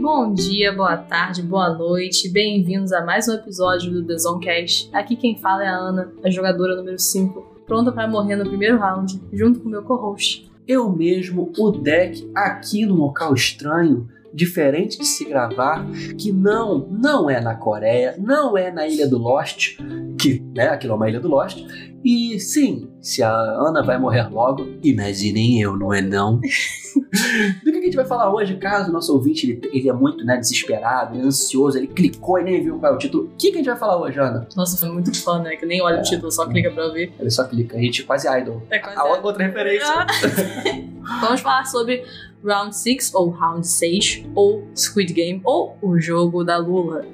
Bom dia, boa tarde, boa noite, bem-vindos a mais um episódio do The Zonecast. Aqui quem fala é a Ana, a jogadora número 5, pronta para morrer no primeiro round, junto com meu co-host. Eu mesmo, o deck, aqui no local estranho, diferente de se gravar, que não, não é na Coreia, não é na Ilha do Lost, que, né, aquilo é uma Ilha do Lost, e sim, se a Ana vai morrer logo, imaginem eu, não é não? Do que a gente vai falar hoje, caso o nosso ouvinte, ele, ele é muito, né, desesperado, ele é ansioso, ele clicou e nem viu qual é o título. O que, que a gente vai falar hoje, Ana? Nossa, foi muito fã, né? Que nem olha É. o título, só clica pra ver. Ele só clica, a gente é quase idol. É Ah, quase A ela. outra referência. Ah, Vamos falar sobre Round 6 ou Round 6 ou Squid Game ou o jogo da Lula.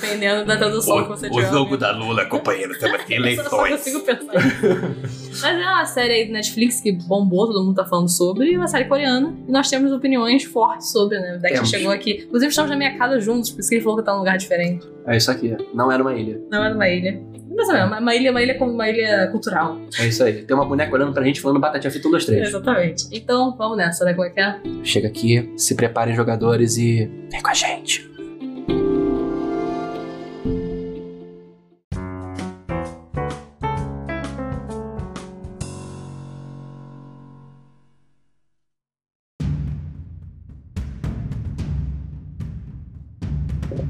Dependendo da tradução que você o, o tiver. jogo ouvindo. da Lula, companheiro, também tem Eu só- só eleições. consigo pensar nisso. Mas é uma série aí do Netflix que bombou, todo mundo tá falando sobre, e uma série coreana. E nós temos opiniões fortes sobre, né? O Dex Temos. chegou aqui. Inclusive, estamos na minha casa juntos, por isso que ele falou que tá num lugar diferente. É isso aqui, não era uma ilha. Não é numa ilha. Mas é uma, uma ilha, uma ilha como uma ilha cultural. É isso aí. Tem uma boneca olhando pra gente falando batatinha frita 1, 2, 3. Exatamente. Então, vamos nessa, né? Como é que é? Chega aqui, se preparem, jogadores, e vem com a gente.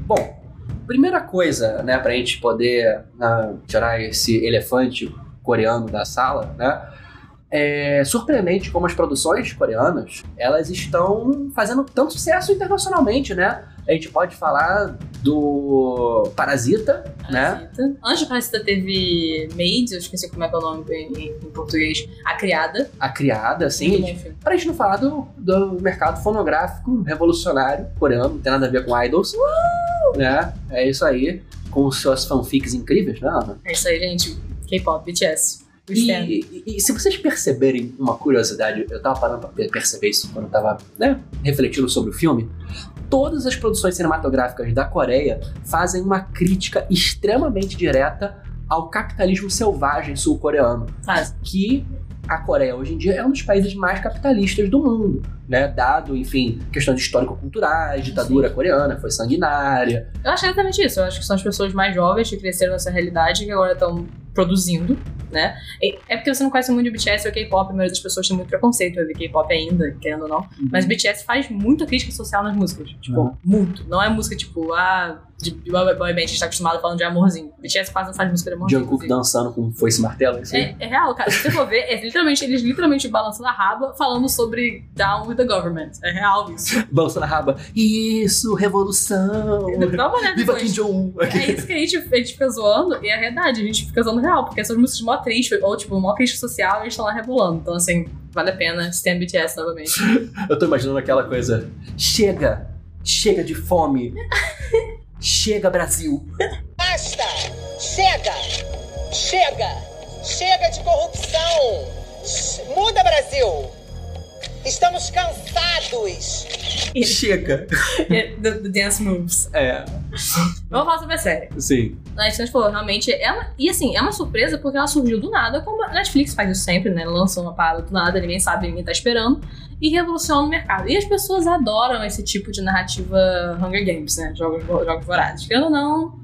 Bom, primeira coisa, né, pra gente poder ah, tirar esse elefante coreano da sala, né? É surpreendente como as produções coreanas elas estão fazendo tanto sucesso internacionalmente, né? A gente pode falar do Parasita, né? Parasita. Antes de Parasita teve Maid, eu esqueci como é que é o nome em, em português. A Criada. A Criada, Muito assim. bom filme. Pra gente não falar do, do mercado fonográfico revolucionário coreano, não tem nada a ver com idols. Né? É isso aí. Com suas fanfics incríveis, né, Ana? É isso aí, gente. K-pop, BTS. We E, stand. e- e se vocês perceberem uma curiosidade, eu tava parando pra per- perceber isso quando eu tava né, refletindo sobre o filme. Todas as produções cinematográficas da Coreia fazem uma crítica extremamente direta ao capitalismo selvagem sul-coreano, Sabe? que a Coreia hoje em dia é um dos países mais capitalistas do mundo, né? Dado, enfim, questões histórico-culturais, ditadura coreana foi sanguinária. Eu acho exatamente isso. Eu acho que são as pessoas mais jovens que cresceram nessa realidade que agora estão produzindo, né? E- é porque você não conhece muito de BTS ou K-pop, a maioria das pessoas tem muito preconceito de K-pop ainda, querendo ou não. Mas BTS faz muita crítica social nas músicas. Tipo, Uhum. muito. Não é música tipo, ah, de de boy boy band, a gente tá acostumado falando de amorzinho. BTS faz essa música de amorzinho. Jungkook inclusive. dançando com foice e martelo, assim. É, é real, cara. Se você for ver, é literalmente, eles literalmente balançam a raba falando sobre down with the government. É real isso. Balsa na raba. Isso, revolução. Dá uma olhada Viva depois. Kim Jong-un. É isso que a gente, a gente fica zoando, e é verdade, a gente fica zoando real, porque essas músicas mó triste, ou tipo, mó crítica social, e eles estão lá rebolando. Então, assim, vale a pena stand BTS novamente. Eu tô imaginando aquela coisa. Chega! Chega de fome! Chega, Brasil! Basta! Chega! Chega! Chega de corrupção! Ch- Muda, Brasil! Estamos cansados! Ele- Chega! E- do, do É, Dance Moves. É, Vamos falar sobre a série. sim. A Netflix, pô, realmente é uma. E assim, é uma surpresa porque ela surgiu do nada, como a Netflix faz isso sempre, né? Lança uma parada do nada, ninguém sabe, ninguém tá esperando, e revoluciona o mercado. E as pessoas adoram esse tipo de narrativa Hunger Games, né? Jogos, vo- jogos vorazes. Querendo ou não,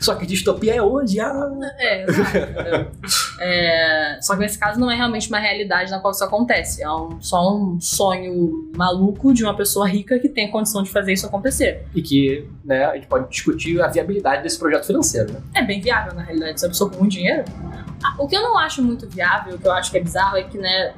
Só que distopia é hoje, ah! É, exato. entendeu? É, só que nesse caso não é realmente uma realidade na qual isso acontece. É um- só um sonho maluco de uma pessoa rica que tem a condição de fazer isso acontecer. E que, né, a gente pode discutir a viabilidade desse projeto financeiro, né? É bem viável, na realidade, se a pessoa com muito dinheiro. Ah, o que eu não acho muito viável, o que eu acho que é bizarro, é que, né.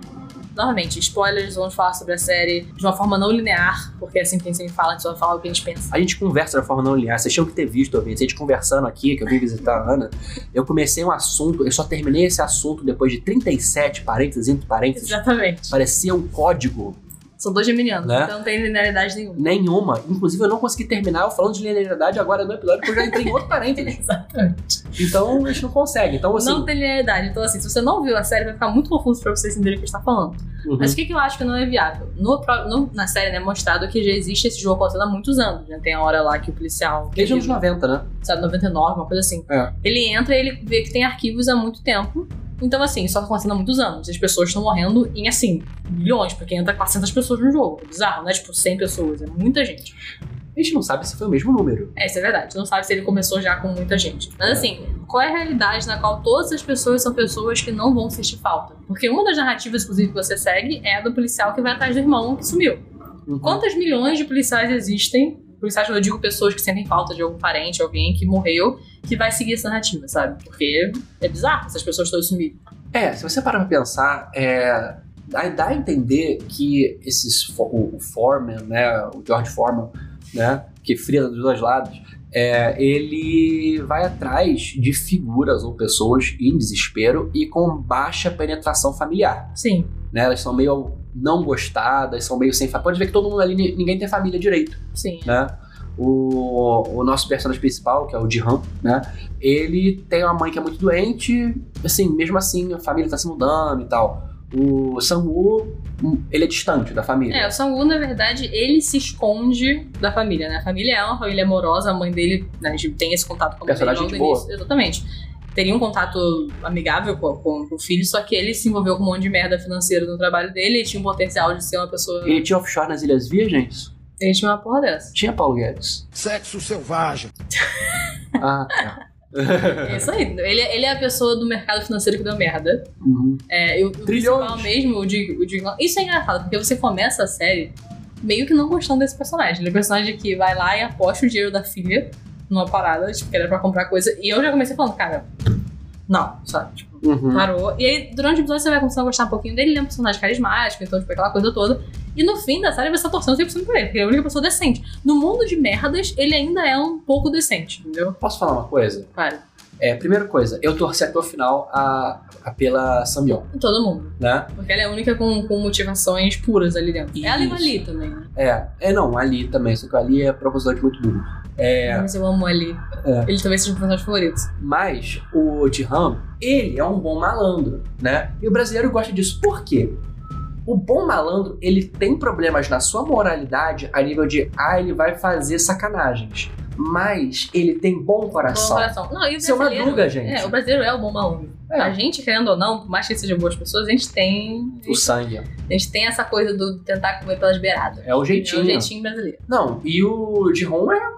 Novamente, spoilers, vamos falar sobre a série de uma forma não linear, porque é assim que a gente sempre fala, a gente só fala o que a gente pensa. A gente conversa da forma não linear. Vocês tinham que ter visto, ouvintes. A gente conversando aqui, que eu vim visitar a Ana. Eu comecei um assunto, eu só terminei esse assunto depois de 37 parênteses, entre parênteses. Exatamente. Parecia um código São dois geminianos, Né? então não tem linearidade nenhuma. Nenhuma. Inclusive, eu não consegui terminar eu falando de linearidade agora no episódio, porque eu já entrei em outro parênteses. Exatamente. Então, a gente não consegue. Então, assim. Não tem linearidade. Então, assim, se você não viu a série, vai ficar muito confuso pra você entender o que a gente tá falando. uhum. Mas o que, que eu acho que não é viável? No, pró- no- na série, né, é mostrado que já existe esse jogo acontecendo há muitos anos. Né? Tem a hora lá que o policial. Desde os anos ele, 90, né? sabe, 99, uma coisa assim. É. Ele entra e ele vê que tem arquivos há muito tempo. Então, assim, isso tá acontecendo há muitos anos. As pessoas estão morrendo em, né? assim, milhões, porque entra 400 pessoas no jogo. É bizarro, não é tipo 100 pessoas, é muita gente. A gente não sabe se foi o mesmo número. É, isso é verdade. Não sabe se ele começou já com muita gente. Mas assim, qual é a realidade na qual todas as pessoas são pessoas que não vão sentir falta? Porque uma das narrativas, inclusive, que você segue é a do policial que vai atrás do irmão que sumiu. Uhum. Quantas milhões de policiais existem? Policiais, quando eu digo pessoas que sentem falta de algum parente, alguém que morreu, que vai seguir essa narrativa, sabe? Porque é bizarro essas pessoas todas sumirem. É, se você parar pra pensar, é, dá, dá a entender que esses, fo- o, o Foreman, né, o George Foreman, né, que frita dos dois lados, é, ele vai atrás de figuras ou pessoas em desespero e com baixa penetração familiar. Sim, Né? Elas são meio não gostadas, são meio sem família. Pode ver que todo mundo ali, ni- ninguém tem família direito sim. né? O, o nosso personagem principal, que é o Dihan, né? Ele tem uma mãe que é muito doente, assim, mesmo assim, a família tá se mudando e tal. O Sang-woo, hum, ele é distante da família. É, o Sangu, na verdade, ele se esconde da família, né? A família é uma família amorosa, a mãe dele, né, a gente tem esse contato com a mãe dele Personagem logo de no boa. início. Exatamente. Teria um contato amigável com, com- com o filho, só que ele se envolveu com um monte de merda financeira no trabalho dele, ele tinha um potencial de ser uma pessoa. Ele tinha offshore nas Ilhas Virgens? Ele tinha uma porra dessa. Tinha Paulo Guedes. Sexo selvagem. Ah, tá. É isso aí. Ele, ele é a pessoa do mercado financeiro que deu merda. Uhum. É, e o, o Trilhões. principal mesmo, o de, o de. Isso é engraçado, porque você começa a série meio que não gostando desse personagem. Ele é um personagem que vai lá e aposta o dinheiro da filha numa parada, tipo, que era pra comprar coisa. E eu já comecei falando, cara, não, sabe? Tipo, Uhum. parou. E aí, durante o episódio, você vai começando a gostar um pouquinho dele. Ele é um personagem carismático, então, tipo, aquela coisa toda. E no fim da série, você tá torcendo 100% por ele, porque ele é a única pessoa decente. No mundo de merdas, ele ainda é um pouco decente, entendeu? Posso falar uma coisa? Claro, É, primeira coisa, eu torci até o final a, a pela Samyeon, todo mundo. né? Porque ela é a única com, com motivações puras ali dentro. É Isso. Ela e o Ali também. né? É, é não, ali também, só que ali é propositalmente muito burro. É, Mas eu amo o Ali. É. Ele talvez seja um dos meus favoritos. Mas o Tiram, ele é um bom malandro, né? E o brasileiro gosta disso. Por quê? O bom malandro, ele tem problemas na sua moralidade a nível de, ah, ele vai fazer sacanagens. Mas ele tem bom Bom coração. coração. Não, e o Isso é uma brasileiro- druga, gente. É, o brasileiro é o bom malandro. É. A gente, querendo ou não, por mais que sejam boas pessoas, a gente tem. O sangue. um, A gente tem essa coisa do tentar comer pelas beiradas. É o É jeitinho. o jeitinho brasileiro. Não, e o Tiram é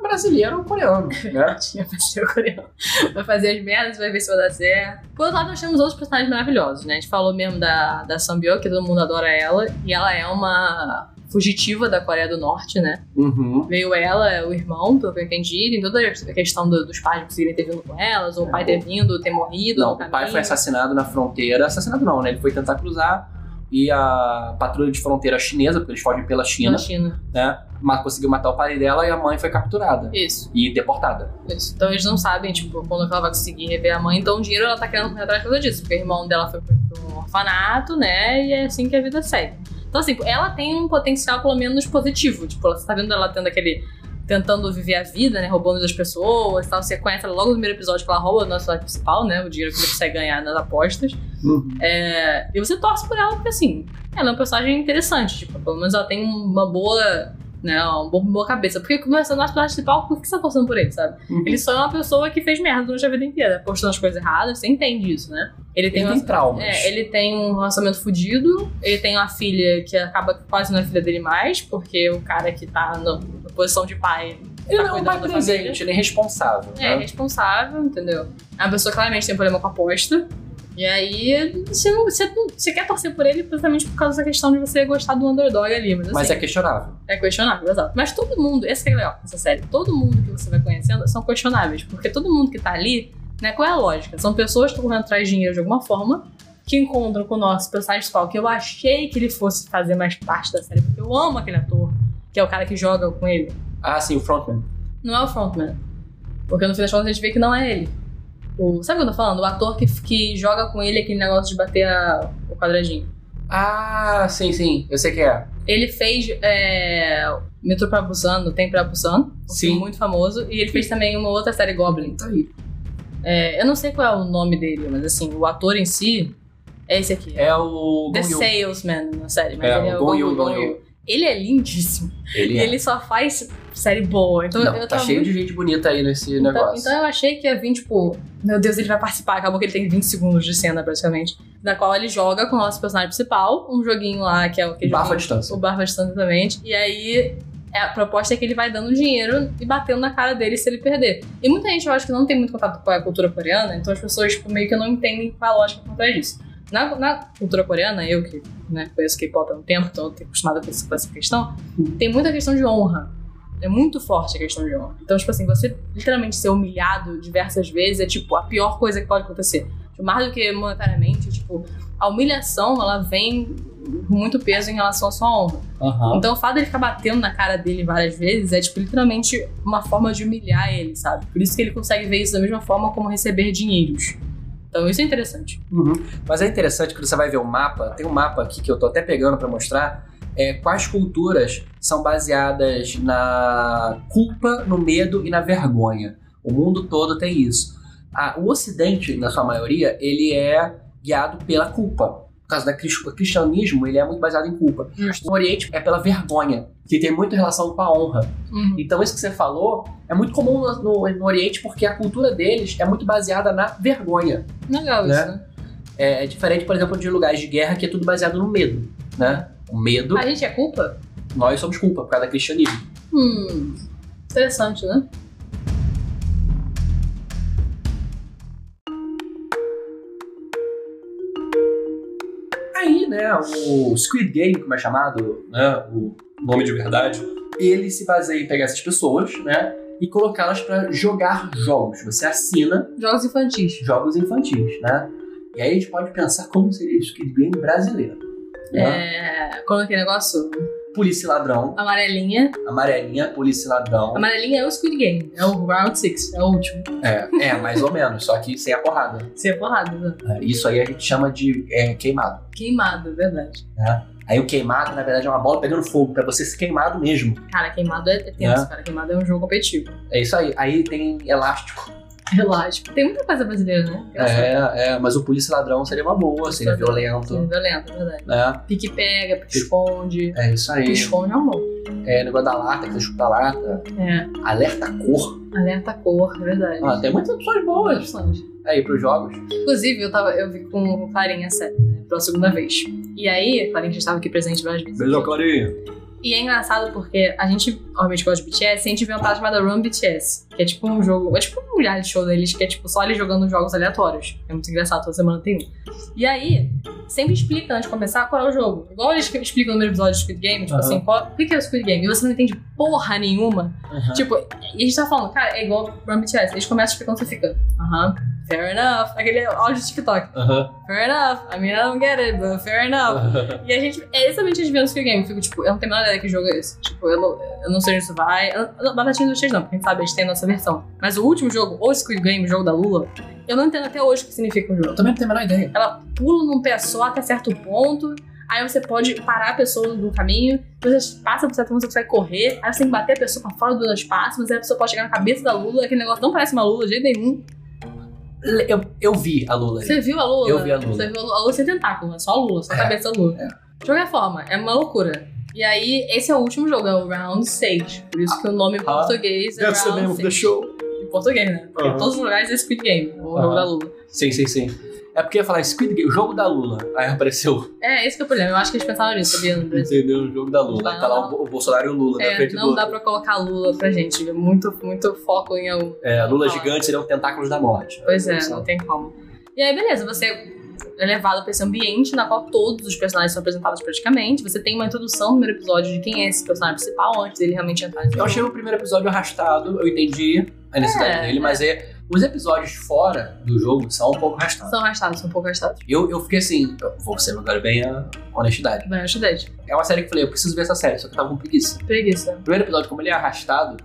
brasileiro coreano, né? Tinha brasileiro coreano. Vai fazer as merdas, vai ver se vai dar certo. Por outro lado, nós temos outros personagens maravilhosos, né? A gente falou mesmo da, da Sambyo, que todo mundo adora ela. E ela é uma fugitiva da Coreia do Norte, né? Uhum. Veio ela, o irmão, pelo que eu entendi, tem toda a questão do- dos pais não conseguirem ter vindo com elas, ou o É, pai ter vindo, ter morrido. Não, no o pai caminho. foi assassinado na fronteira. Assassinado não, né? Ele foi tentar cruzar e a patrulha de fronteira chinesa, porque eles fogem pela China, Na China. né? ma- Conseguiu matar o pai dela e a mãe foi capturada Isso, e deportada. isso. Então eles não sabem, tipo, quando que ela vai conseguir rever a mãe, então o dinheiro ela tá querendo correr atrás por causa disso, porque o irmão dela foi pro, pro orfanato, né? E é assim que a vida segue. Então, assim, ela tem um potencial, pelo menos, positivo. Tipo, ela- você tá vendo ela tendo aquele. Tentando viver a vida, né? Roubando das pessoas e tal. Você conhece ela logo no primeiro episódio que ela rouba o nosso principal, né? O dinheiro que ele consegue ganhar nas apostas. Uhum. É, e você torce por ela, porque assim, ela é um personagem interessante, tipo, pelo menos ela tem uma boa. Né, uma bo- boa cabeça. Porque começando a personagem principal, por que você tá torcendo por ele, sabe? Uhum. Ele só é uma pessoa que fez merda durante a vida inteira, postando as coisas erradas, você entende isso, né? Ele tem, Ele uma- tem traumas. é, ele tem um relacionamento fudido, ele tem uma filha que acaba que quase não é filha dele mais, porque o cara que tá na na posição de pai Ele tá não é um cuidando pai da presente, ele é responsável. é né? responsável, entendeu? A pessoa claramente tem problema com a aposta. E aí, você, não, você, não- você quer torcer por ele precisamente por causa da questão de você gostar do underdog ali. Mas, assim, Mas é... é questionável. questionável, exato. Mas todo mundo, esse que é legal nessa série, todo mundo que você vai conhecendo são questionáveis. Porque todo mundo que tá ali, né, qual é a lógica? São pessoas que estão correndo atrás de dinheiro de alguma forma, que encontram com o nosso personagem principal, que eu achei que ele fosse fazer mais parte da série, porque eu amo aquele ator, que é o cara que joga com ele Ah, sim, o frontman. não é o frontman. Porque no fim das contas a gente vê que não é ele. O, sabe o que eu tô falando? O ator que, que joga com ele aquele negócio de bater a- o quadradinho. Ah, sim, sim, eu sei que é. Ele fez é, Metrô pra Busan, no Tem pra Busan, um Sim. filme muito famoso, e ele fez também uma outra série Goblin. Tá aí. É, eu não sei qual é o nome dele, mas assim, o ator em si é esse aqui. É o The Gong Yoo. Salesman na série, mas É, ele é o o Gong Yoo, Gong Gong Yoo. Ele é lindíssimo. Ele E é. ele só faz série boa. Então Não, eu tá tava cheio muito de gente bonita aí nesse Então, negócio. então eu achei que ia vir, tipo, meu Deus, ele vai participar. Acabou que ele tem 20 segundos de cena, praticamente. Da qual ele joga com o nosso personagem principal, um joguinho lá que é o que Bafa a distância. o Barba Distante exatamente. E aí é, a proposta é que ele vai dando dinheiro e batendo na cara dele se ele perder. E muita gente, eu acho que não tem muito contato com a cultura coreana, então as pessoas tipo, meio que não entendem qual a lógica por trás disso. Na, na cultura coreana, eu que né, conheço K-pop há um tempo, então eu tô acostumada com essa, com essa questão, tem muita questão de honra. É muito forte a questão de honra. Então, tipo assim, você literalmente ser humilhado diversas vezes é, tipo, a pior coisa que pode acontecer. Tipo, mais do que monetariamente, tipo, a humilhação, ela vem com muito peso em relação à sua honra. Aham. Então o fato dele ficar batendo na cara dele várias vezes é, tipo, literalmente uma forma de humilhar ele, sabe? Por isso que ele consegue ver isso da mesma forma como receber dinheiros. Então isso é interessante. Uhum. Mas é interessante quando você vai ver o mapa, tem um mapa aqui que eu tô até pegando pra mostrar, é, quais culturas são baseadas na culpa, no medo e na vergonha. O mundo todo tem isso. Ah, o Ocidente, na sua maioria, ele é guiado pela culpa. No caso da cris- do cristianismo, ele é muito baseado em culpa. O Oriente é pela vergonha, que tem muita relação com a honra. Uhum. Então, isso que você falou é muito comum no- no- no Oriente, porque a cultura deles é muito baseada na vergonha. Legal isso, Né? né? É, é diferente, por exemplo, de lugares de guerra que é tudo baseado no medo, né? O medo, A gente é culpa? nós somos culpa por causa do cristianismo. Hum. Interessante, né? Aí, né, o Squid Game, como é chamado, né, o nome de verdade, ele se baseia em pegar essas pessoas, né, e colocá-las pra jogar jogos. Você assina Jogos infantis. jogos infantis, né? E aí a gente pode pensar como seria o Squid Game brasileiro. Né? É. Como é aquele negócio? Polícia e ladrão, Amarelinha. amarelinha, polícia e ladrão. Amarelinha é o Squid Game. É o Round six É o último. É, é, mais ou menos, só que sem a porrada. Você é porrada, né? É, Isso aí a gente chama de é, queimado. Queimado, é verdade. Aí o queimado, na verdade, é uma bola pegando fogo, pra você ser queimado mesmo. Cara, queimado é, é tenso, cara. Queimado é um jogo competitivo. É isso aí. Aí tem elástico. Elástico. tipo, Tem muita coisa brasileira, né? É, é, mas o polícia ladrão seria uma boa, seria Sim, violento. violento, é verdade. Né? Pique pega, pique esconde. É isso aí. Pique esconde é um bom. É negócio da lata, que você chuta a lata. É. Alerta cor. Alerta a cor, é verdade. Ah, tem muitas opções boas Opções. aí pros jogos. Inclusive, eu, tava, eu vi com o Clarinha sério, né? Pela segunda vez. E aí, a Clarinha já estava aqui presente várias vezes. clarinho. E é engraçado porque a gente, obviamente, gosta de BTS, e a gente vê uma parada chamada Run BTS, que é tipo um jogo, é tipo um reality show deles, que é tipo só eles jogando jogos aleatórios. É muito engraçado, toda semana tem um. E aí, sempre explica antes de começar qual é o jogo. Igual eles que explicam no primeiro episódio do Squid Game, tipo Aham. assim, qual, o que que é o Squid Game? E você não entende porra nenhuma. Uhum. Tipo, e a gente tá falando, cara, é igual Run BTS. Eles começam explicando, você fica, aham, fair enough. Aquele áudio do TikTok. Fair enough. I mean, I don't get it, but fair enough. E a gente, é exatamente a gente vê no Squid Game. Eu fico, tipo, eu não tenho a menor ideia que jogo é esse. Tipo, eu não, eu não sei onde isso vai. Eu- eu- Batatinha dos Três não, porque a gente sabe, a gente tem a nossa versão. Mas o último jogo, o Squid Game, o jogo da Lula, eu não entendo até hoje o que significa o jogo. Eu também não tenho a menor ideia. Ela pula num pé só até certo ponto. Aí você pode parar a pessoa no caminho, depois você passa por certo ponto, você consegue correr, aí você tem que bater a pessoa pra fora do espaço, mas aí a pessoa pode chegar na cabeça da Lula, aquele negócio não parece uma Lula de jeito nenhum. Eu, eu vi a Lula aí. Você viu a Lula? Eu vi a Lula. Você viu a Lula, a Lula sem tentáculo, é só a Lula, só a É, cabeça da Lula. é. De qualquer forma, é uma loucura. E aí, esse é o último jogo, é o Round 6. Por isso que o Ah, nome em português é Round 6. show. Em português, né? Porque Aham. em todos os lugares é Squid Game, o jogo Aham. da Lula. Sim, sim, sim. É porque eu ia falar Squid Game, o jogo da Lula. Aí apareceu, É, esse que é o problema. Eu acho que eles pensaram nisso, sabia? No Brasil. entendeu? O jogo da Lula. Aí tá lá o, o Bolsonaro e o Lula na É, frente do não outro. dá pra colocar Lula pra gente. É Muito, muito foco em algum. É, Lula Fala. gigante seriam tentáculos da morte. Pois é, Só. não tem como. E aí, beleza, você é levado pra esse ambiente na qual todos os personagens são apresentados praticamente. Você tem uma introdução no primeiro episódio de quem é esse personagem principal antes dele realmente entrar Então, nesse Eu achei o primeiro episódio arrastado, eu entendi a necessidade É, dele, mas é, os episódios fora do jogo são um pouco arrastados. São arrastados, são um pouco arrastados. Eu, eu fiquei assim, eu vou ser agora bem a honestidade. Bem, eu acho dez. É uma série que eu falei, eu preciso ver essa série, só que eu tava com preguiça. Preguiça. O primeiro episódio, como ele é arrastado,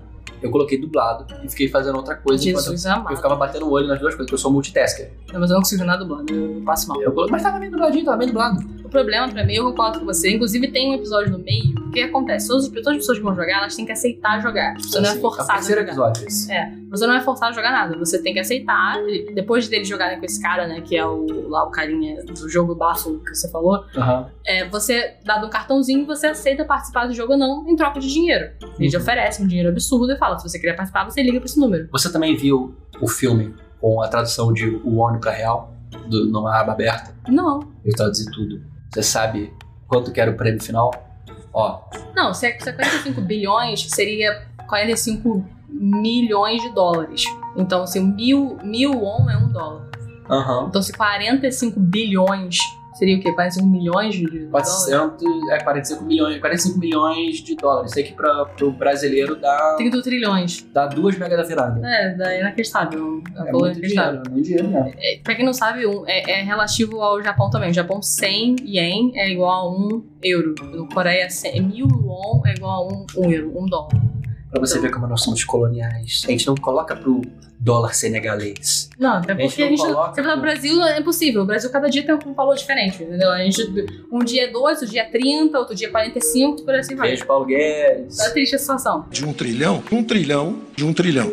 eu coloquei dublado e fiquei fazendo outra coisa enquanto eu- Jesus eu amado. ficava batendo o olho nas duas coisas, porque eu sou multitasker. Não, mas eu não consigo ver nada dublado, eu passo mal. Eu colo- Mas tava bem dubladinho, tava bem dublado. O problema pra mim, eu concordo com você. Inclusive, tem um episódio no meio. O que acontece? Todas as todas as pessoas que vão jogar, elas têm que aceitar jogar. Você não é Assim, forçado É o a terceiro jogar. episódio esse. Você não é forçado a jogar nada, você tem que aceitar. E Depois deles jogarem com esse cara, né, que é o, lá o carinha do jogo bafo que você falou, Aham. é, você, dado um cartãozinho, você aceita participar do jogo ou não em troca de dinheiro. Eles te Uhum. oferecem um dinheiro absurdo e fala: se você quiser participar, você liga pra esse número. Você também viu o filme com a tradução de O Ônica Real, do, numa aba aberta? Não. Eu traduzi tudo. Você sabe quanto que era o prêmio final? Ó, Não, se é, se é 45 bilhões, seria 45 milhões de dólares. Então, assim, mil, mil on é um dólar. aham. Então, se 45 bilhões seria o quê? 45 milhões de de dólares? 400, é 45 milhões, 45 milhões de dólares. Isso aqui pra, pro brasileiro dá, 30 um trilhões. dá duas mega da virada. É, daí é inacreditável. É, É, valor muito inacreditável. dinheiro, é muito dinheiro mesmo. É, pra quem não sabe, um, é, é relativo ao Japão também. O Japão, 100 ien é igual a 1 euro. No Coreia, 100, 1000 won é igual a 1, euro, 1 dólar. Pra você ver como nós somos coloniais. A gente não coloca pro dólar senegalês. Não, até A gente porque não a gente. coloca, Você fala, né? o Brasil é impossível. O Brasil cada dia tem um valor diferente, entendeu? A gente, um dia é 2, outro dia é 30, outro dia é 45, por assim vai. Beijo, Paulo Guedes. Tá triste a situação. De um trilhão, um trilhão, de um trilhão.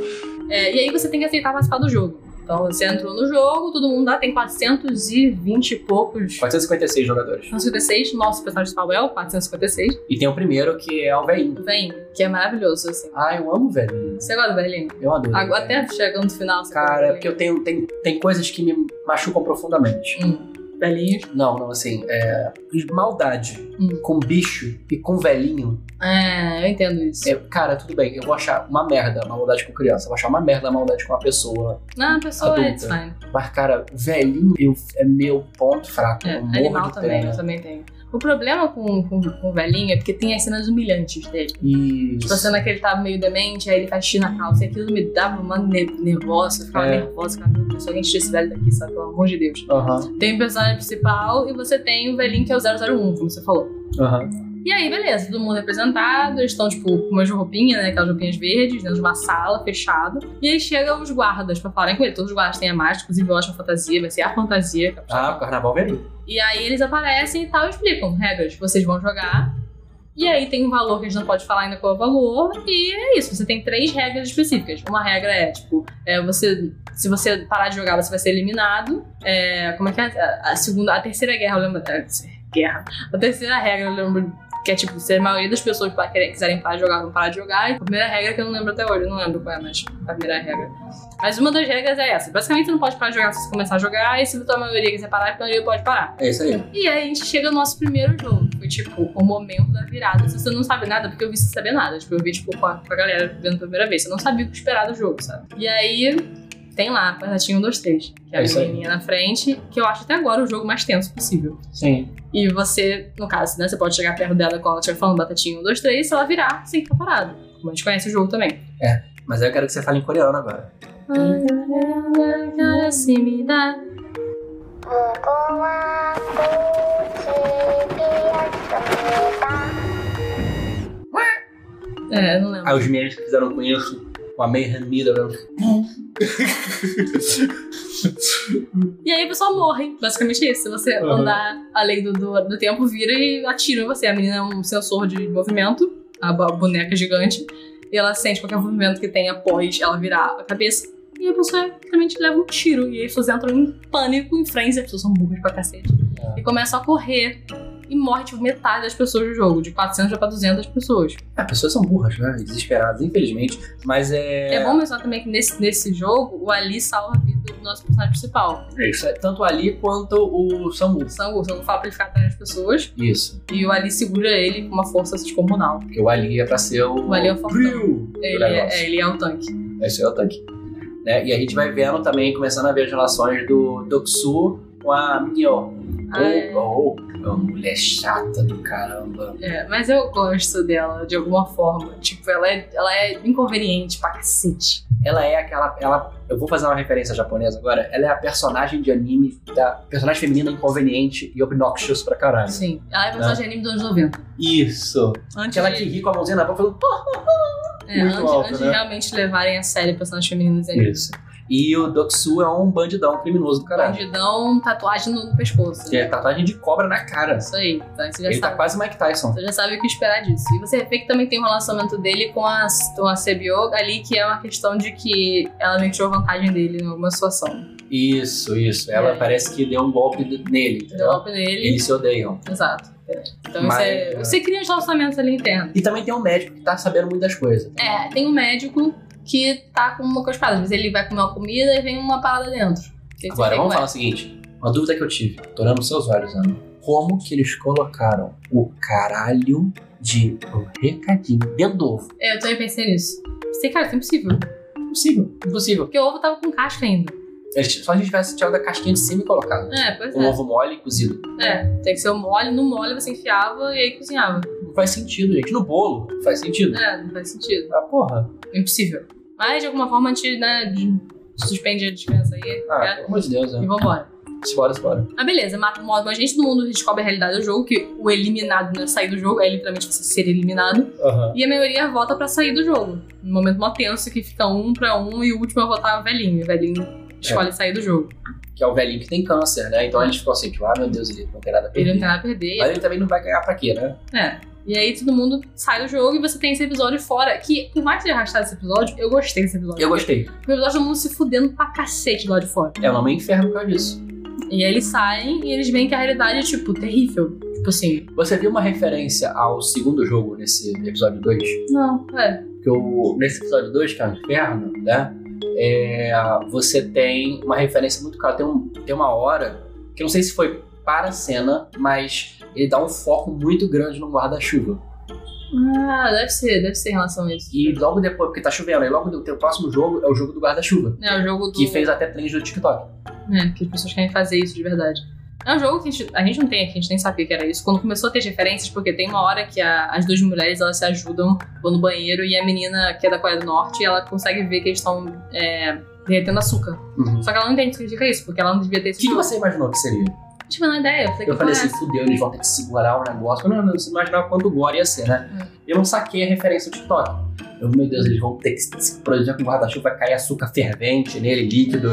É, e aí você tem que aceitar participar do jogo. Então você entrou no jogo, todo mundo lá tem 420 e poucos. 456 jogadores. 456, nosso personagem principal é o 456. E tem o primeiro que é o velhinho. Vem, que é maravilhoso, assim. Ah, eu amo o velhinho. Você gosta do Berlim? Eu adoro. Agora, o velhinho. até chegando no final, você Cara, é gosta porque do eu tenho. Tem, tem coisas que me machucam profundamente. Berlim? Berlim. Não, não, assim. É, maldade Hum. com bicho e com velhinho É, eu entendo isso. É, cara, tudo bem, eu vou achar uma merda a maldade com criança, eu vou achar uma merda a maldade com uma pessoa. Não, a pessoa Adulta. é it's fine. Mas, cara, velhinho eu- é meu ponto fraco. É, eu morro animal de também, eu pena. também tenho. O problema com, com, com o velhinho é porque tem as cenas humilhantes dele. E. Tipo, a cena que ele tá meio demente, aí ele faz xixi na calça, e aquilo me dava uma ne nervosa, eu ficava É. nervosa, ficava, meu Deus, se alguém tira esse velho daqui, sabe, pelo amor de Deus. Aham, Tem o personagem principal e você tem o velhinho que é o 001, como você falou. aham. E aí, beleza, todo mundo representado, eles estão, tipo, com umas roupinhas, né? Aquelas roupinhas verdes, dentro de uma sala fechada. E aí chegam os guardas pra falarem com ele. Todos os guardas têm a máscara, inclusive eu acho uma fantasia, vai ser a fantasia. Ah, o carnaval velhinho. E aí eles aparecem e tal, e explicam regras, vocês vão jogar. E aí tem um valor que a gente não pode falar ainda qual é o valor. E é isso, você tem três regras específicas. Uma regra é, tipo, é, você. Se você parar de jogar, você vai ser eliminado. É, como é que é? A, a segunda. A terceira guerra, eu lembro. é, Guerra. A terceira regra, eu lembro. Que é tipo, se a maioria das pessoas que pa- querem- quiserem parar de jogar, vão parar de jogar. E a primeira regra que eu não lembro até hoje, eu não lembro qual é, mas a primeira regra. Mas uma das regras é essa. Basicamente, você não pode parar de jogar se você começar a jogar. E se a tua maioria quiser parar, a maioria pode parar. É isso aí. E aí a gente chega no nosso primeiro jogo. Foi tipo o momento da virada. Se você não sabe nada, porque eu vi sem saber nada. Tipo, eu vi tipo, com, a, com a galera vendo pela primeira vez. Você não sabia o que esperar do jogo, sabe? E aí tem lá, Patatinho 1, 2, 3. Que é É a isso aí. menininha na frente, que eu acho até agora o jogo mais tenso possível. Sim. E você, no caso, né? Você pode chegar perto dela quando ela estiver falando batatinha 1, 2, 3, se ela virar, sem ficar parado. Como a gente conhece o jogo também. Mas aí eu quero que você fale em coreano agora. É, eu não lembro. Ah, os memes que fizeram com isso. O Amei Ramira. E aí a pessoa morre. Basicamente é isso. Se você Aham. andar além do, do, do tempo, vira e atira em você. A menina é um sensor de movimento, a bo- boneca gigante. E ela sente qualquer movimento que tenha após ela virar a cabeça. E a pessoa realmente leva um tiro. E aí as pessoas entram em pânico, em frenzy. As pessoas são burras pra cacete. É. E começam a correr. E morre, tipo, metade das pessoas do jogo. De 400 pra 200 pessoas. Ah, pessoas são burras, né? Desesperadas, infelizmente. Mas é. É, bom mencionar também que nesse, nesse jogo, o Ali salva a vida do nosso personagem principal. É isso. É tanto ali quanto o Samu. O Sangu, o Sangu fala pra ele ficar atrás das pessoas. Isso. E o Ali segura ele com uma força tipo, descomunal. Porque o Ali é pra ser o. O Ali é o fortão. Drill do Ele negócio. é, ele é o tanque. Esse é o tanque. Né? E a gente vai vendo também, começando a ver as relações do Doxu com a Mio. Ah, é. Oh, oh, uma mulher chata do caramba. É, mas eu gosto dela de alguma forma. Tipo, ela é, ela é inconveniente pra cacete. Ela é aquela. Ela, eu vou fazer uma referência japonesa agora. Ela é a personagem de anime, da personagem feminina inconveniente e obnoxious pra caralho. Sim. Ela é personagem de anime dos anos 90. Isso. Antes, Aquela que de, ri com a mãozinha na boca falando, pô, é, muito antes, alta, antes né? de realmente levarem a sério personagens femininos em anime. Isso. E o Doxu é um bandidão criminoso do caralho. um Bandidão, tatuagem no, no pescoço. né? Que é tatuagem de cobra na cara. Isso aí. Então você já Ele tá sabe. quase Mike Tyson. Você já sabe o que esperar disso. E você vê que também tem um relacionamento dele com a, com a CBO ali, que é uma questão de que ela meio que tirou vantagem dele em alguma situação. Isso, isso. Ela É. parece que deu um golpe de- nele, entendeu? Deu golpe nele. Eles se odeiam. Exato. Então Mas- é. você, você cria os relacionamentos ali internos. E também tem um médico que tá sabendo muitas coisas. É, tem um médico que tá com uma coisa parada. Às vezes ele vai comer uma comida e vem uma parada dentro. Tem que Agora, ver vamos como falar o seguinte. Uma dúvida que eu tive, tô olhando nos seus olhos, Ana. como que eles colocaram o caralho de um recadinho dentro do ovo. É, Eu também pensei nisso. Pensei, cara, isso é impossível. Impossível, impossível. Porque o ovo tava com casca ainda. Eles- Só a gente tivesse tirado da casquinha de cima e colocado. É, pois Um é. ovo mole e cozido. É, tem que ser o mole. No mole você enfiava e aí cozinhava. Não faz sentido, gente. No bolo, não faz sentido. É, não faz sentido. Ah, porra. Impossível. Mas de alguma forma a gente, né, de- suspende a descrença aí. Ah, né? pelo amor de Deus, E né? vambora. Simbora, simbora. Ah, beleza. Mata um monte de gente do mundo, descobre a realidade do jogo, que o eliminado não é sair do jogo, é literalmente você ser eliminado. Aham. E a maioria vota pra sair do jogo. No momento mó tenso que fica um pra um e o último é votar o velhinho. O velhinho escolhe sair do jogo. Que é o velhinho que tem câncer, né? Então a gente ficou assim, tipo, ah, meu Deus, ele não tem nada a Ele não tem perder. nada a perder. Mas ele também não vai ganhar pra quê, né? É. E aí todo mundo sai do jogo e você tem esse episódio fora. Que, por mais que seja arrastado esse episódio, eu gostei desse episódio. Eu gostei. Porque o episódio tá todo mundo se fudendo pra cacete do lado de fora. É o nome inferno por causa disso. E aí eles saem e eles veem que a realidade é, tipo, terrível. Tipo assim, Você viu uma referência ao segundo jogo nesse episódio 2? não, é. Porque o, nesse episódio 2, que é o inferno, né? É, você tem uma referência muito clara. Tem, um, tem uma hora, que eu não sei se foi para a cena, mas ele dá um foco muito grande no guarda-chuva. Ah, deve ser, deve ser em relação a isso. E logo depois, porque tá chovendo, aí logo de- tem o próximo jogo é o jogo do guarda-chuva. É o jogo do. Que fez até trend do TikTok. É, que as pessoas querem fazer isso de verdade. É um jogo que a gente, a gente não tem aqui, a gente nem sabia que era isso. Quando começou a ter as referências, porque tem uma hora que a- as duas mulheres elas se ajudam, vão no banheiro, e a menina que é da Coreia do Norte, ela consegue ver que eles estão é, derretendo açúcar. Uhum. Só que ela não entende o que significa isso, porque ela não devia ter O isso. que, que você imaginou que seria? Não tinha a menor ideia. Eu falei, Eu que falei porra é assim, fudeu, eles vão ter que segurar o negócio. Eu não, não, não imaginava quanto gore ia ser, né? Uhum. Eu não saquei a referência do TikTok. Eu, meu Deus, eles vão ter que se proteger com o guarda-chuva, vai cair açúcar fervente nele, líquido,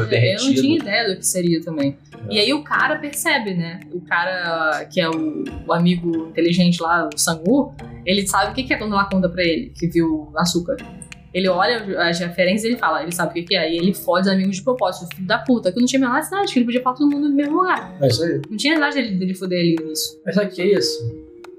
É, Eu não tinha derretido. ideia do que seria também. E aí o cara percebe, né? O cara que é o, o amigo inteligente lá, o Sangu, ele sabe o que, que é quando ela conta pra ele, que viu açúcar. Ele olha as referências e ele fala, ele sabe o que, que é. E ele fode os amigos de propósito, filho da puta, que não tinha a menor cidade, que ele podia falar todo mundo no mesmo lugar. É isso aí. Não tinha nada dele, dele foder ele nisso. Mas sabe o que é isso?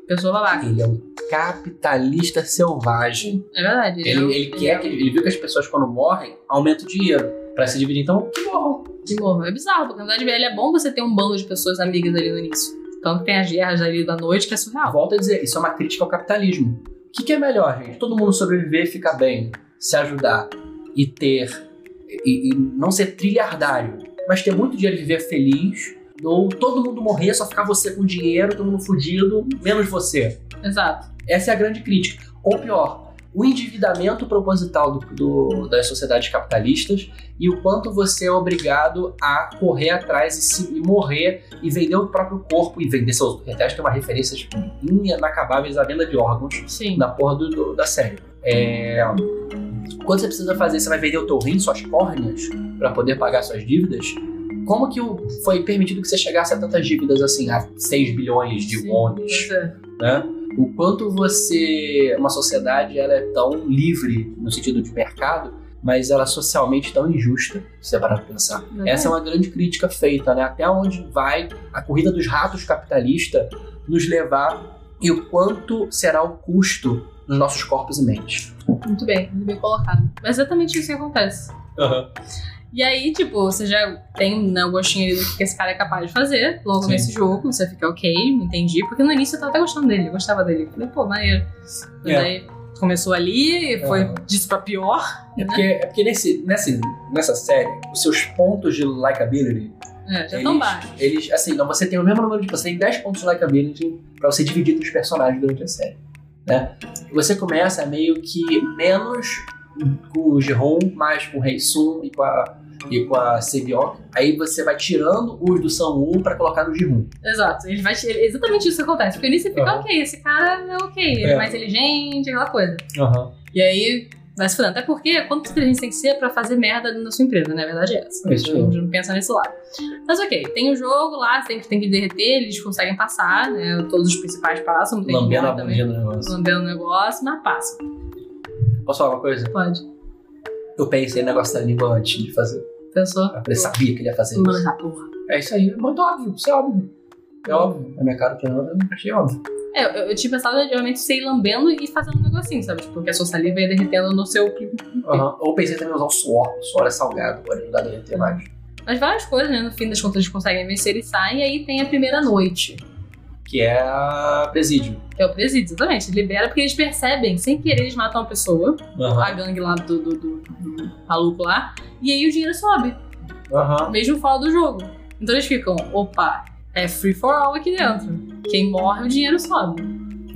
Pessoa babaca. Ele é um capitalista selvagem. É verdade. Ele, ele quer que. Ele viu que as pessoas, quando morrem, aumentam o dinheiro pra se dividir. Então, que morram. De novo, é bizarro, porque na verdade ele é bom você ter um bando de pessoas amigas ali no início. Tanto que tem as guerras ali da noite que é surreal. Volto a dizer, isso é uma crítica ao capitalismo. O que, que é melhor, gente? Todo mundo sobreviver, ficar bem, se ajudar e ter. E, e não ser trilhardário, mas ter muito dinheiro e viver feliz. Ou todo mundo morrer, só ficar você com dinheiro, todo mundo fudido, menos você. Exato. Essa é a grande crítica. Ou pior, o endividamento proposital do, do- das sociedades capitalistas e o quanto você é obrigado a correr atrás e, se- e morrer e vender o próprio corpo e vender seus retais tem uma referência tipo, inacabáveis à venda de órgãos Sim. na porra do- do- da série. É, Quando você precisa fazer, você vai vender o teu rim, suas córneas, para poder pagar suas dívidas? Como que o- foi permitido que você chegasse a tantas dívidas assim, a 6 bilhões de Sim, wones? pois é. né? O quanto você, uma sociedade, ela é tão livre no sentido de mercado, mas ela é socialmente tão injusta, se você parar pra pensar. Uhum. Essa é uma grande crítica feita, né? Até onde vai a corrida dos ratos capitalista nos levar e o quanto será o custo nos nossos corpos e mentes. Muito bem, muito bem colocado. É exatamente isso que acontece. E aí, tipo, você já tem né, o gostinho ali do que esse cara é capaz de fazer logo Sim. nesse jogo, você fica ok, entendi. Porque no início eu tava até gostando dele, eu gostava dele. Eu Falei, pô, maneiro. Mas É. aí começou ali, foi Aham. disso pra pior. É porque, é porque nesse, nessa, nessa série, os seus pontos de likability É, já Eles- tão baixo. Eles, assim, não, você tem o mesmo número de. Você tem 10 pontos de likability pra você dividir entre os personagens durante a série. Né? Você começa meio que menos com o Jihon, mais com o Heisun e com a, e com a Sebiok. Aí você vai tirando os do Sanwoo pra colocar no Jihon. Exato. Ele vai, ele- exatamente isso que acontece. Porque no início você fica, Aham. ok, esse cara é ok, ele é É. mais inteligente, aquela coisa. E aí vai se fudendo. Até porque quanto inteligente tem que ser pra fazer merda na sua empresa, né? A verdade é essa. É isso a gente não pensa nesse lado. Mas ok, tem o jogo lá, você tem que, tem que derreter, eles conseguem passar, né? Todos os principais passam, tem Lambendo a que também. bundinha do negócio. Lambendo o negócio, mas passa. Posso falar uma coisa? Pode. Eu pensei no negócio da língua antes de fazer. Pensou? Eu sabia que ele ia fazer Mano, É isso. essa porra. É isso aí, é muito óbvio, isso é óbvio. É óbvio. Na minha cara, eu achei óbvio. É, eu, eu tinha pensado geralmente você ir lambendo e fazendo um negocinho, sabe? Tipo, porque a sua saliva ia derretendo no seu Aham. Ou pensei também em usar o suor. O suor é salgado, pode ajudar a derreter mais. Mas várias coisas, né? No fim das contas, eles conseguem vencer e saem. E aí tem a primeira noite. que é a presídio. Que é o presídio, exatamente. Libera porque eles percebem, sem querer, eles matam uma pessoa, a gangue lá do, do, do- do maluco lá, e aí o dinheiro sobe, Aham. mesmo fora do jogo. Então eles ficam, opa, é free for all aqui dentro. Quem morre, o dinheiro sobe.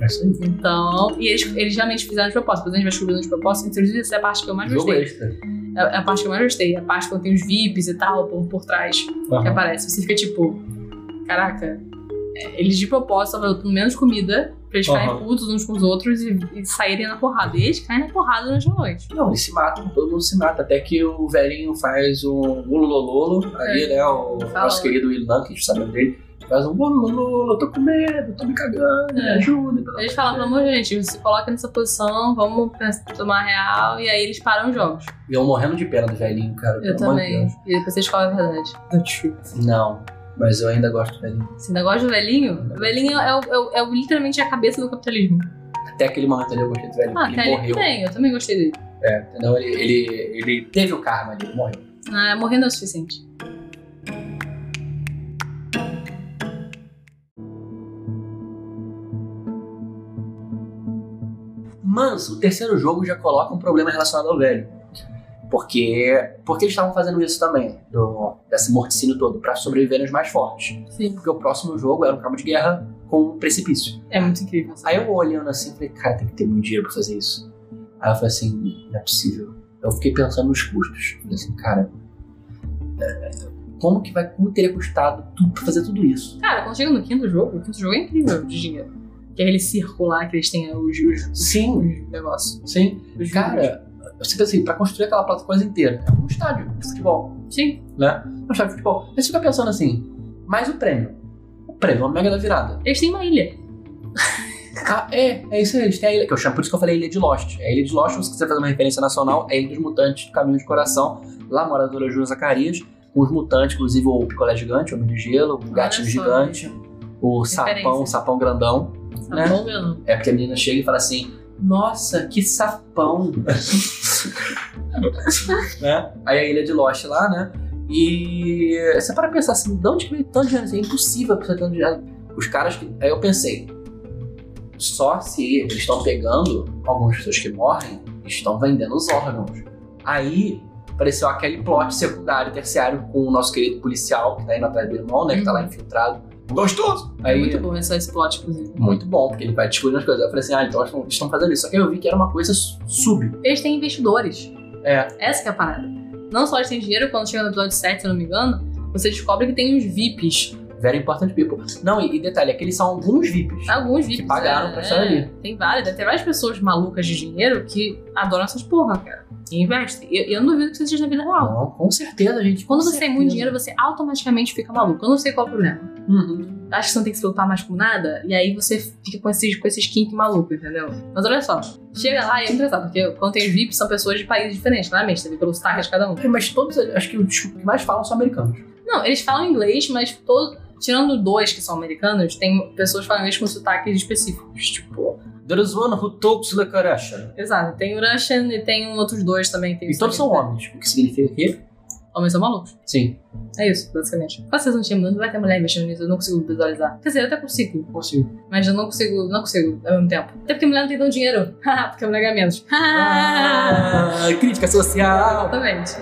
É isso aí. Então, e eles, eles realmente fizeram de propósito, depois a gente vai descobrindo de propósito, inclusive essa é a parte que eu mais Um Jogo gostei. extra. É a parte que eu mais gostei, é a parte quando tem os VIPs e tal por, por trás. que Aham. aparece. Você fica tipo, caraca, é, eles de propósito estão dando menos comida pra eles ficarem Aham. putos uns com os outros e, e saírem na porrada. E eles caem na porrada durante a noite. Não, eles se matam, todo mundo se mata. Até que o velhinho faz um ulolololo ali, né? O É. Fala. nosso querido Ilan, que a gente sabe o nome dele, faz um ulolololo, tô com medo, tô me cagando, me É. ajuda. pelo Eles amor falam, de pelo amor de Deus, gente, se coloca nessa posição, vamos pens- tomar real, e aí eles param os jogos. E eu morrendo de pena do velhinho, cara. Eu pelo amor de também. Deus. E depois você descobre a verdade. Não, mas eu ainda gosto do velhinho. Esse negócio do velhinho, o velhinho é, o- é o- é o- literalmente a cabeça do capitalismo. Até aquele momento ali eu gostei do velhinho, Ah, porque até ele ali morreu. também, eu também gostei dele. É, entendeu? Ele, ele, ele teve o karma ali, ele morreu. Ah, morrendo é o suficiente. Mas o terceiro jogo já coloca um problema relacionado ao velho. Porque, porque eles estavam fazendo isso também, do, desse morticínio todo, pra sobreviverem os mais fortes. Sim. Porque o próximo jogo era um cabo de guerra com um precipício. É muito incrível. essa Aí eu olhando assim, falei, cara, tem que ter muito dinheiro pra fazer isso. Aí eu falei assim, não é possível. Eu fiquei pensando nos custos. Falei assim, cara, é, como que vai, como teria custado tudo pra fazer tudo isso? Cara, quando chega no quinto jogo, o quinto jogo é incrível de dinheiro. Que é aquele circular que eles têm né, os, os, Sim, os negócios. sim. Os Cara, você pensa assim, pra construir aquela plataforma coisa inteira, é um estádio de futebol, jogos. Sim. né? Um estádio de futebol. Aí você fica pensando assim, mais o prêmio. O prêmio é uma mega da virada. Eles têm uma ilha. Ah, é, é isso aí, eles têm a ilha, que eu chamo, por isso que eu falei Ilha de Lost. É a Ilha de Lost, se você quiser fazer uma referência nacional, é a Ilha dos Mutantes do Caminho de Coração, lá mora a Dora Júlia Zacarias, com os mutantes, inclusive o Picolé Gigante, o Homem de Gelo, o Um Gatinho só, Gigante, o Sapão, o Referência. Sapão Grandão. Tá Né? bom vendo? É porque a menina chega e fala assim: Nossa, que sapão! né? Aí a ilha de Lost lá, né? E você para pensar assim: de onde que veio tanto dinheiro? Assim, é impossível pra você ter tanto dinheiro. Os caras que. Aí eu pensei: só se eles estão pegando algumas pessoas que morrem, estão vendendo os órgãos. Aí apareceu aquele plot secundário, terciário, com o nosso querido policial, que tá indo atrás do irmão, né? Que tá lá infiltrado. Gostoso! Aí, É Muito bom esse esse plot, inclusive. muito bom, porque ele vai descobrindo as coisas. Eu falei assim, ah, então eles estão- estão fazendo isso. Só que eu vi que era uma coisa su- sub. Eles têm investidores. É. Essa que é a parada. Não só eles têm dinheiro, quando chega no episódio 7, se eu não me engano, você descobre que tem uns VIPs. Very important people. Não, e, e detalhe, é que eles são alguns VIPs. Alguns VIPs. pagaram é, pra estar ali. Tem várias, deve ter várias pessoas malucas de dinheiro que adoram essas porra, cara. E investem. Eu, eu não duvido que isso seja na vida real. Não, com certeza, gente. Quando com você tem muito certeza. dinheiro, você automaticamente fica maluco. Eu não sei qual é o problema. Uhum. acha que você não tem que se preocupar mais com nada, e aí você fica com esses, com esses kink maluco, entendeu? Mas olha só, chega lá e é engraçado, porque quando tem os VIPs são pessoas de países diferentes, claramente, você vê pelo sotaque de cada um. É, Mas todos, acho que os que mais falam são americanos. Não, eles falam inglês, mas todo, tirando dois que são americanos, tem pessoas que falam inglês com sotaques específicos, tipo... There is one who talks like a Russian. Exato, tem o Russian e tem um outros dois também. Tem E os todos são americanos. homens. O que significa que? Homens são malucos. Sim. É isso, basicamente. Quase vocês não tinham, não vai ter mulher mexendo nisso, eu não consigo visualizar. Quer dizer, eu até consigo, Consigo. Mas eu não consigo, não consigo ao mesmo tempo. Até porque mulher não tem tanto dinheiro. Haha, porque mulher ganha menos. Ah. Haha. crítica social. Exatamente.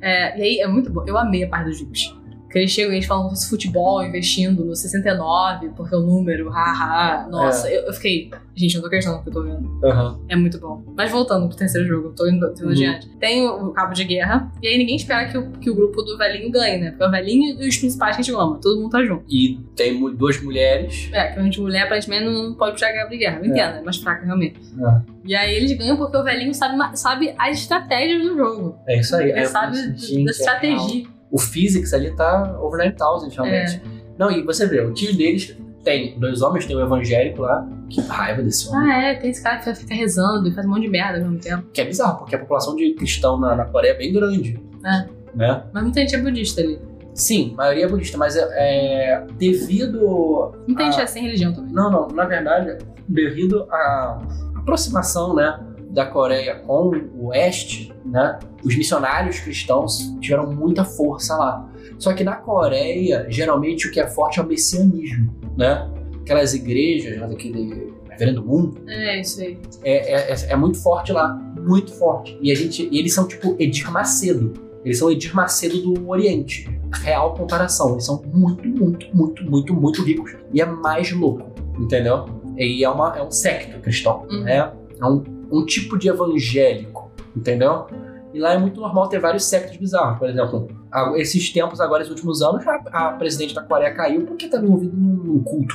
É, e aí é muito bom. Eu amei a parte dos VIPs. Porque eles chegam e eles falam sobre futebol investindo no 69, porque é o número, haha. Nossa, eu, eu fiquei. Gente, eu não tô acreditando no que eu tô vendo. Aham. É muito bom. Mas voltando pro terceiro jogo, eu tô indo, tô indo Uhum. adiante. Tem o, o cabo de guerra, e aí ninguém espera que o, que o grupo do velhinho ganhe, né? Porque o velhinho e os principais que a gente ama, todo mundo tá junto. E tem mu- duas mulheres. É, que a gente mulher aparentemente não pode puxar a Gabi de guerra. Eu entendo, é. mais fraca realmente. É. E aí eles ganham porque o velhinho sabe, ma- sabe as estratégias do jogo. É isso aí. Ele Aí eu sabe falei assim, do- gente, da é real. estratégia. O physics ali tá over 9000, realmente. Não, e você vê, o time deles tem dois homens, tem o evangélico lá, que raiva desse homem. Ah, é, tem esse cara que fica rezando e faz um monte de merda ao mesmo tempo. Que é bizarro, porque a população de cristão na, na Coreia é bem grande. É. Né? Mas muita gente é budista ali. Sim, a maioria é budista, mas é, é devido. Muita gente Ah. é sem religião também. Não, não, na verdade, devido à aproximação, né? Da Coreia com o Oeste, né? Os missionários cristãos tiveram muita força lá. Só que na Coreia, geralmente o que é forte é o messianismo, né? aquelas igrejas lá daquele Reverendo Moon, É, isso aí. é, é, é- é muito forte lá, muito forte. E a gente, e eles são tipo Edir Macedo. Eles são Edir Macedo do Oriente. Real comparação. Eles são muito, muito, muito, muito, muito ricos. E é mais louco, entendeu? E é, uma, é um secto cristão, Uhum. né? É um, um tipo de evangélico, entendeu? E lá é muito normal ter vários sectos bizarros. Por exemplo, a- esses tempos, agora, esses últimos anos, a, a presidente da Coreia caiu porque estava envolvida num, num culto.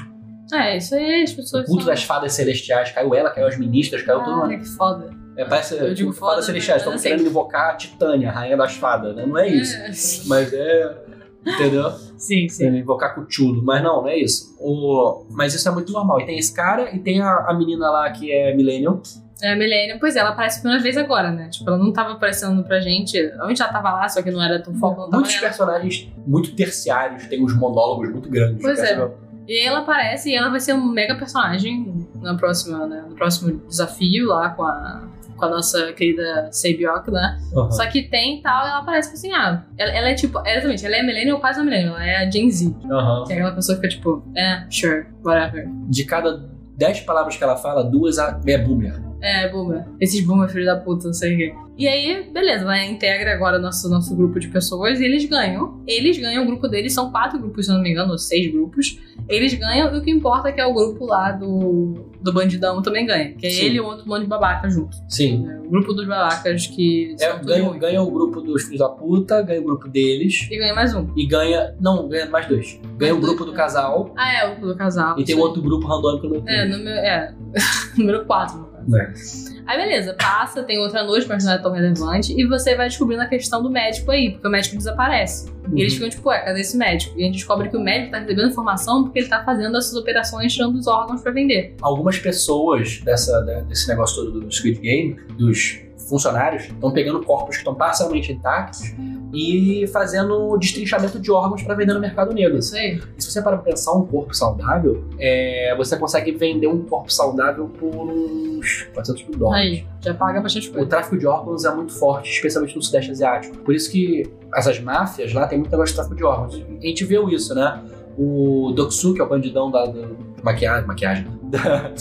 É, isso aí, as O pessoas. culto é são... das fadas celestiais. Caiu ela, caiu as ministras, caiu todo mundo. Cara, que foda. É, parece Eu digo fada foda, celestiais, mas estão assim- querendo invocar a Titânia, a rainha das fadas, né? Não é isso. É. Mas é. Entendeu? Sim, sim. Querendo invocar Cthulhu. Mas não, não é isso. O... Mas isso é muito normal. E tem esse cara e tem a, a menina lá que é Millennium. É, a Millennium, pois é, ela aparece pela primeira vez agora, né? Tipo, ela não tava aparecendo pra gente. Onde ela tava lá, só que não era tão foco. Não tava Muitos nela. personagens muito terciários, tem uns monólogos muito grandes. Pois é. Cara, E aí ela aparece e ela vai ser um mega personagem na próxima, né, no próximo desafio lá com a, com a nossa querida Seibyok, né? Aham. Só que tem e tal, e ela aparece assim, ah, ela, ela é tipo, é, exatamente, ela é millennial ou quase uma millennial, ela é a Gen Z. Aham. Que é aquela pessoa que fica tipo, é, sure, whatever. De cada 10 palavras que ela fala, duas é boomer. É, boomer. Esses boomer, filho da puta, não sei o quê. E aí, beleza, ela integra agora nosso, nosso grupo de pessoas e eles ganham. Eles ganham o grupo deles, são quatro grupos, se eu não me engano, ou seis grupos. Eles ganham e o que importa é que é o grupo lá do, do bandidão também ganha. Que é Sim. ele e o outro monte de babaca junto. Sim. né? O grupo dos babacas que É, são tudo ganha, ruim. ganha o grupo dos filhos da puta, ganha o grupo deles. E ganha mais um. E ganha. Não, ganha mais dois. Ganha o Mais dois, grupo do né? casal Ah, é, o do casal. e tem um Sim. outro grupo randômico no É, meio. número, é, número 4, no caso. É. Aí beleza, passa, tem outra noite, mas não é tão relevante. E você vai descobrindo a questão do médico aí, porque o médico desaparece. E eles ficam tipo, ué, cadê esse médico? E a gente descobre que o médico tá recebendo informação porque ele tá fazendo essas operações tirando os órgãos pra vender. Algumas pessoas dessa, da- desse negócio todo do Squid Game, dos funcionários, estão pegando corpos que estão parcialmente intactos e fazendo destrinchamento de órgãos para vender no mercado negro. Isso aí. E se você para pra pensar um corpo saudável, é, você consegue vender um corpo saudável por uns 400 mil dólares. Aí, já paga bastante O coisa. tráfico de órgãos é muito forte, especialmente no Sudeste Asiático. Por isso que essas máfias lá tem muito negócio de tráfico de órgãos. A gente viu isso, né? O Doksu, que é o bandidão da, da maquiagem, maquiagem né? da,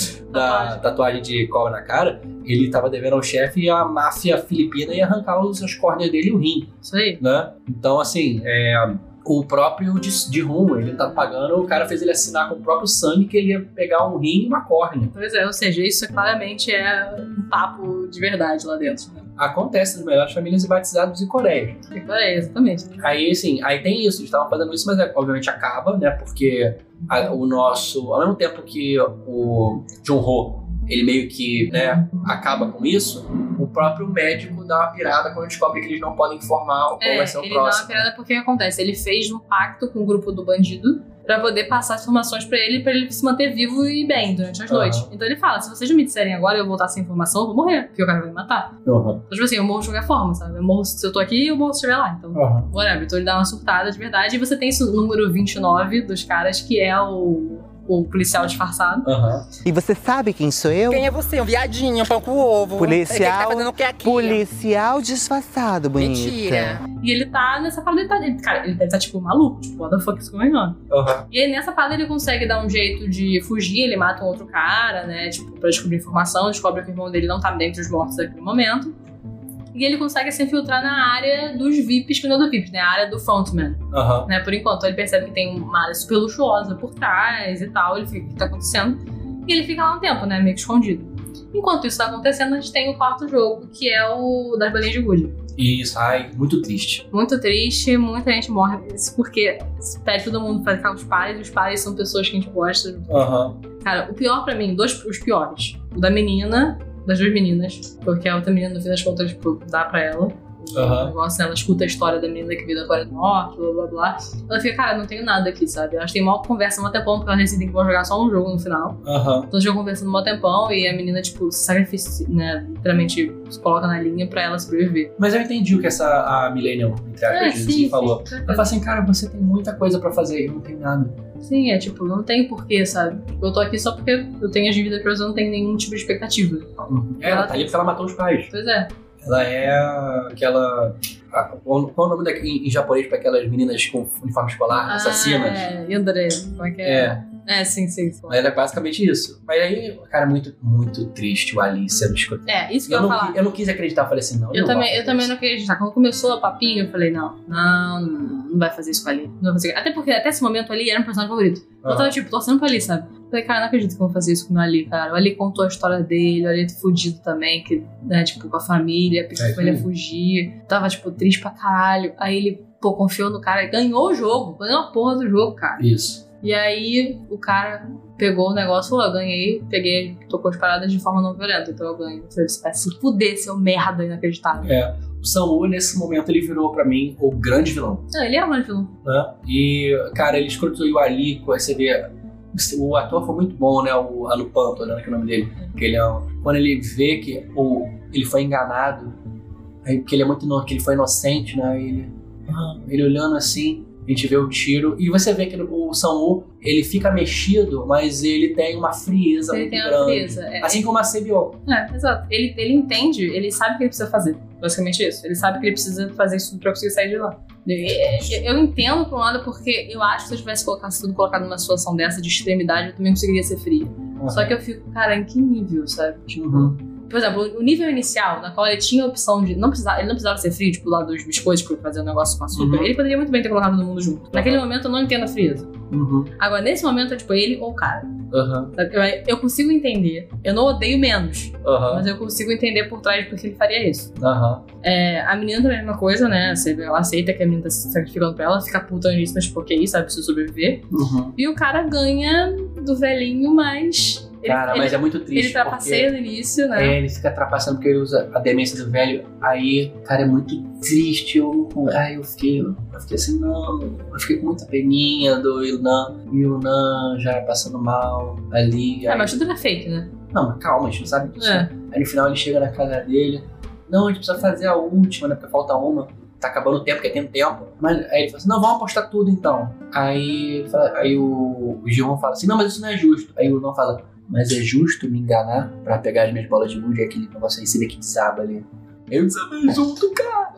da tatuagem de cobra na cara, ele tava devendo ao chefe e a máfia filipina ia arrancar os seus córneas dele e o rim, Isso aí. né? Então, assim, é, o próprio de, de rum, ele tá pagando, o cara fez ele assinar com o próprio sangue que ele ia pegar um rim e uma córnea. Pois é, ou seja, isso claramente é um papo de verdade lá dentro. Né? Acontece nas melhores famílias e batizados em Coreia. Agora é, exatamente. Aí, assim, aí tem isso, eles estavam fazendo isso, mas é, obviamente acaba, né? Porque a- o nosso. Ao mesmo tempo que o John Ho, ele meio que, né, acaba com isso, o próprio médico dá uma pirada quando descobre que eles não podem informar qual É, vai ser o ele dá uma próximo. pirada porque o que acontece? Ele fez um pacto com o grupo do bandido pra poder passar as informações pra ele, pra ele se manter vivo e bem durante as Aham. noites. Então ele fala, se vocês não me disserem agora e eu voltar sem informação, eu vou morrer, porque o cara vai me matar. Uhum. Então, tipo assim, eu morro de qualquer forma, sabe? Eu morro se eu tô aqui eu morro se eu estiver lá, então... Whatever. Então ele dá uma surtada de verdade. E você tem esse número 29 dos caras, que é o, o policial disfarçado. Uhum. E você sabe quem sou eu? Quem é você? Um viadinho, um pão com ovo. Policial. Ele tá fazendo o que aqui? Policial disfarçado, bonita. Mentira. E ele tá nessa parada. Ele tá, ele- cara, ele deve estar tá, tipo maluco, tipo, what the fuck is going on? Uhum. E aí, nessa parada, ele consegue dar um jeito de fugir, ele mata um outro cara, né? Tipo, pra descobrir informação, descobre que o irmão dele não tá dentro dos mortos naquele momento. E ele consegue se infiltrar na área dos VIPs, que não é do VIPs, né? A área do frontman, Uhum. né? Por enquanto, ele percebe que tem uma área super luxuosa por trás e tal, ele fica, o que tá acontecendo? E ele fica lá um tempo, né? Meio que escondido. Enquanto isso tá acontecendo, a gente tem o quarto jogo, que é o das bolinhas de gude. Isso, ai, muito triste. Muito triste, muita gente morre porque pede todo mundo pra ficar com os pares, e os pares são pessoas que a gente gosta, Uhum. Cara, o pior pra mim, dois os piores. O da menina, das duas meninas, porque a outra menina, no fim das contas, tipo, dá pra ela. Aham. O negócio, ela escuta a história da menina que veio da Coreia do Norte, blá blá blá. Ela fica, cara, não tenho nada aqui, sabe? Elas têm mal conversa um tempão, porque elas decidem que vão jogar só um jogo no final. Uhum. Então, elas ficam conversando um tempão e a menina, tipo, se sacrifica, né? Literalmente se coloca na linha pra ela sobreviver. Mas eu entendi o que essa É, a Millennium, entre Ah, aspas, falou. Ela fala assim, cara, você tem muita coisa pra fazer e não tem nada. Sim, é tipo, não tem porquê, sabe? Eu tô aqui só porque eu tenho as dívidas pra você, eu não tenho nenhum tipo de expectativa. Ela tá ali porque ela matou os pais. Pois é. Ela é aquela. a- Qual qual é o nome daqui, em, em japonês para aquelas meninas com uniforme escolar, assassinas? Ah, é, Yandere, como é que é? É. É, sim, sim. sim. Era basicamente isso. Mas aí, cara, é muito, muito triste o Alice no escuro. É, isso que eu, Eu ia não, falar. qui- eu não quis acreditar, eu falei assim, não. Eu também, gosto eu também disso. não queria acreditar. Quando começou o papinho, eu falei, não, não, não, não vai fazer isso com a Ali. Não vai fazer. Até porque até esse momento ali era um personagem favorito. Eu tava, tipo, torcendo pra Ali, sabe? Eu Falei, cara, não acredito que vão fazer isso com o meu Ali, cara. O Ali contou a história dele, o Ali é fudido também, que, né, tipo, com a família, pediu Aí, pra ele hum. fugir. Tava, tipo, triste pra caralho. Aí ele, pô, confiou no cara, e ganhou o jogo, ganhou a porra do jogo, cara. Ah, Isso. E aí o cara pegou o negócio e falou: "Eu ganhei, peguei, tocou as paradas de forma não violenta, então eu ganho. Você vai se fuder, seu merda inacreditável. É. O Samu, nesse momento, ele virou pra mim o grande vilão. Não, ele é um era mais vilão. né? E, cara, ele escrotou o Ali, você vê. O ator foi muito bom, né? O Alu Panto, né? Que é o nome dele. Que ele é um- quando ele vê que o, ele foi enganado, aí, porque ele é muito ino- que ele foi inocente, né? aí Ele, ah, ele olhando assim, a gente vê o tiro. E você vê que o Samu, ele fica mexido, mas ele tem uma frieza Ele muito tem a grande. presa. É, Assim como a CBO. é, exato. Ele, ele entende, ele sabe o que ele precisa fazer. Basicamente isso. Ele sabe que ele precisa fazer isso tudo pra conseguir sair de lá. E- e- Eu entendo por um lado porque eu acho que se eu tivesse colocado tudo colocado numa situação dessa de extremidade, eu também conseguiria ser fria. Só que eu fico, cara, em que nível, sabe? Tipo, Uhum. Por exemplo, o nível inicial, na qual ele tinha a opção de. Não precisava, ele não precisava ser frio, tipo, lá dos biscoitos pra fazer um negócio com açúcar. Uhum. Ele poderia muito bem ter colocado todo mundo junto. Naquele momento eu não entendo a frieza. Uhum. Agora, nesse momento é tipo ele ou o cara. Aham. sabe? Eu, eu consigo entender. Eu não odeio menos, Aham. mas eu consigo entender por trás porque ele faria isso. Aham. É, a menina também é a mesma coisa, né? Você- Ela aceita que a menina tá se sacrificando pra ela, fica putando isso, mas tipo, que isso, sabe? Preciso sobreviver. Uhum. E o cara ganha do velhinho, mas. Ele, Cara, ele, mas é muito triste. ele porque- trapaceia no início, né? É, ele fica trapaceando porque ele usa a demência do velho. Aí, cara, é muito triste. Eu, ai, eu fiquei. Eu fiquei assim, não. Eu fiquei com muita peninha do Ilnan. E o Ilnan já passando mal ali. É, aí- mas tudo era fake, né? Não, mas calma, a gente não sabe disso. É. né? Aí no final ele chega na casa dele. Não, a gente precisa fazer a última, né? Porque falta uma. Tá acabando o tempo, porque tem tempo. Mas aí ele fala assim: não, vamos apostar tudo então. Aí, ele fala- aí o, o João fala assim: não, mas isso não é justo. Aí o João fala: mas é justo me enganar pra pegar as minhas bolas de gude e aquele negócio aí, você vê que desaba ali. Eu desabei junto, cara.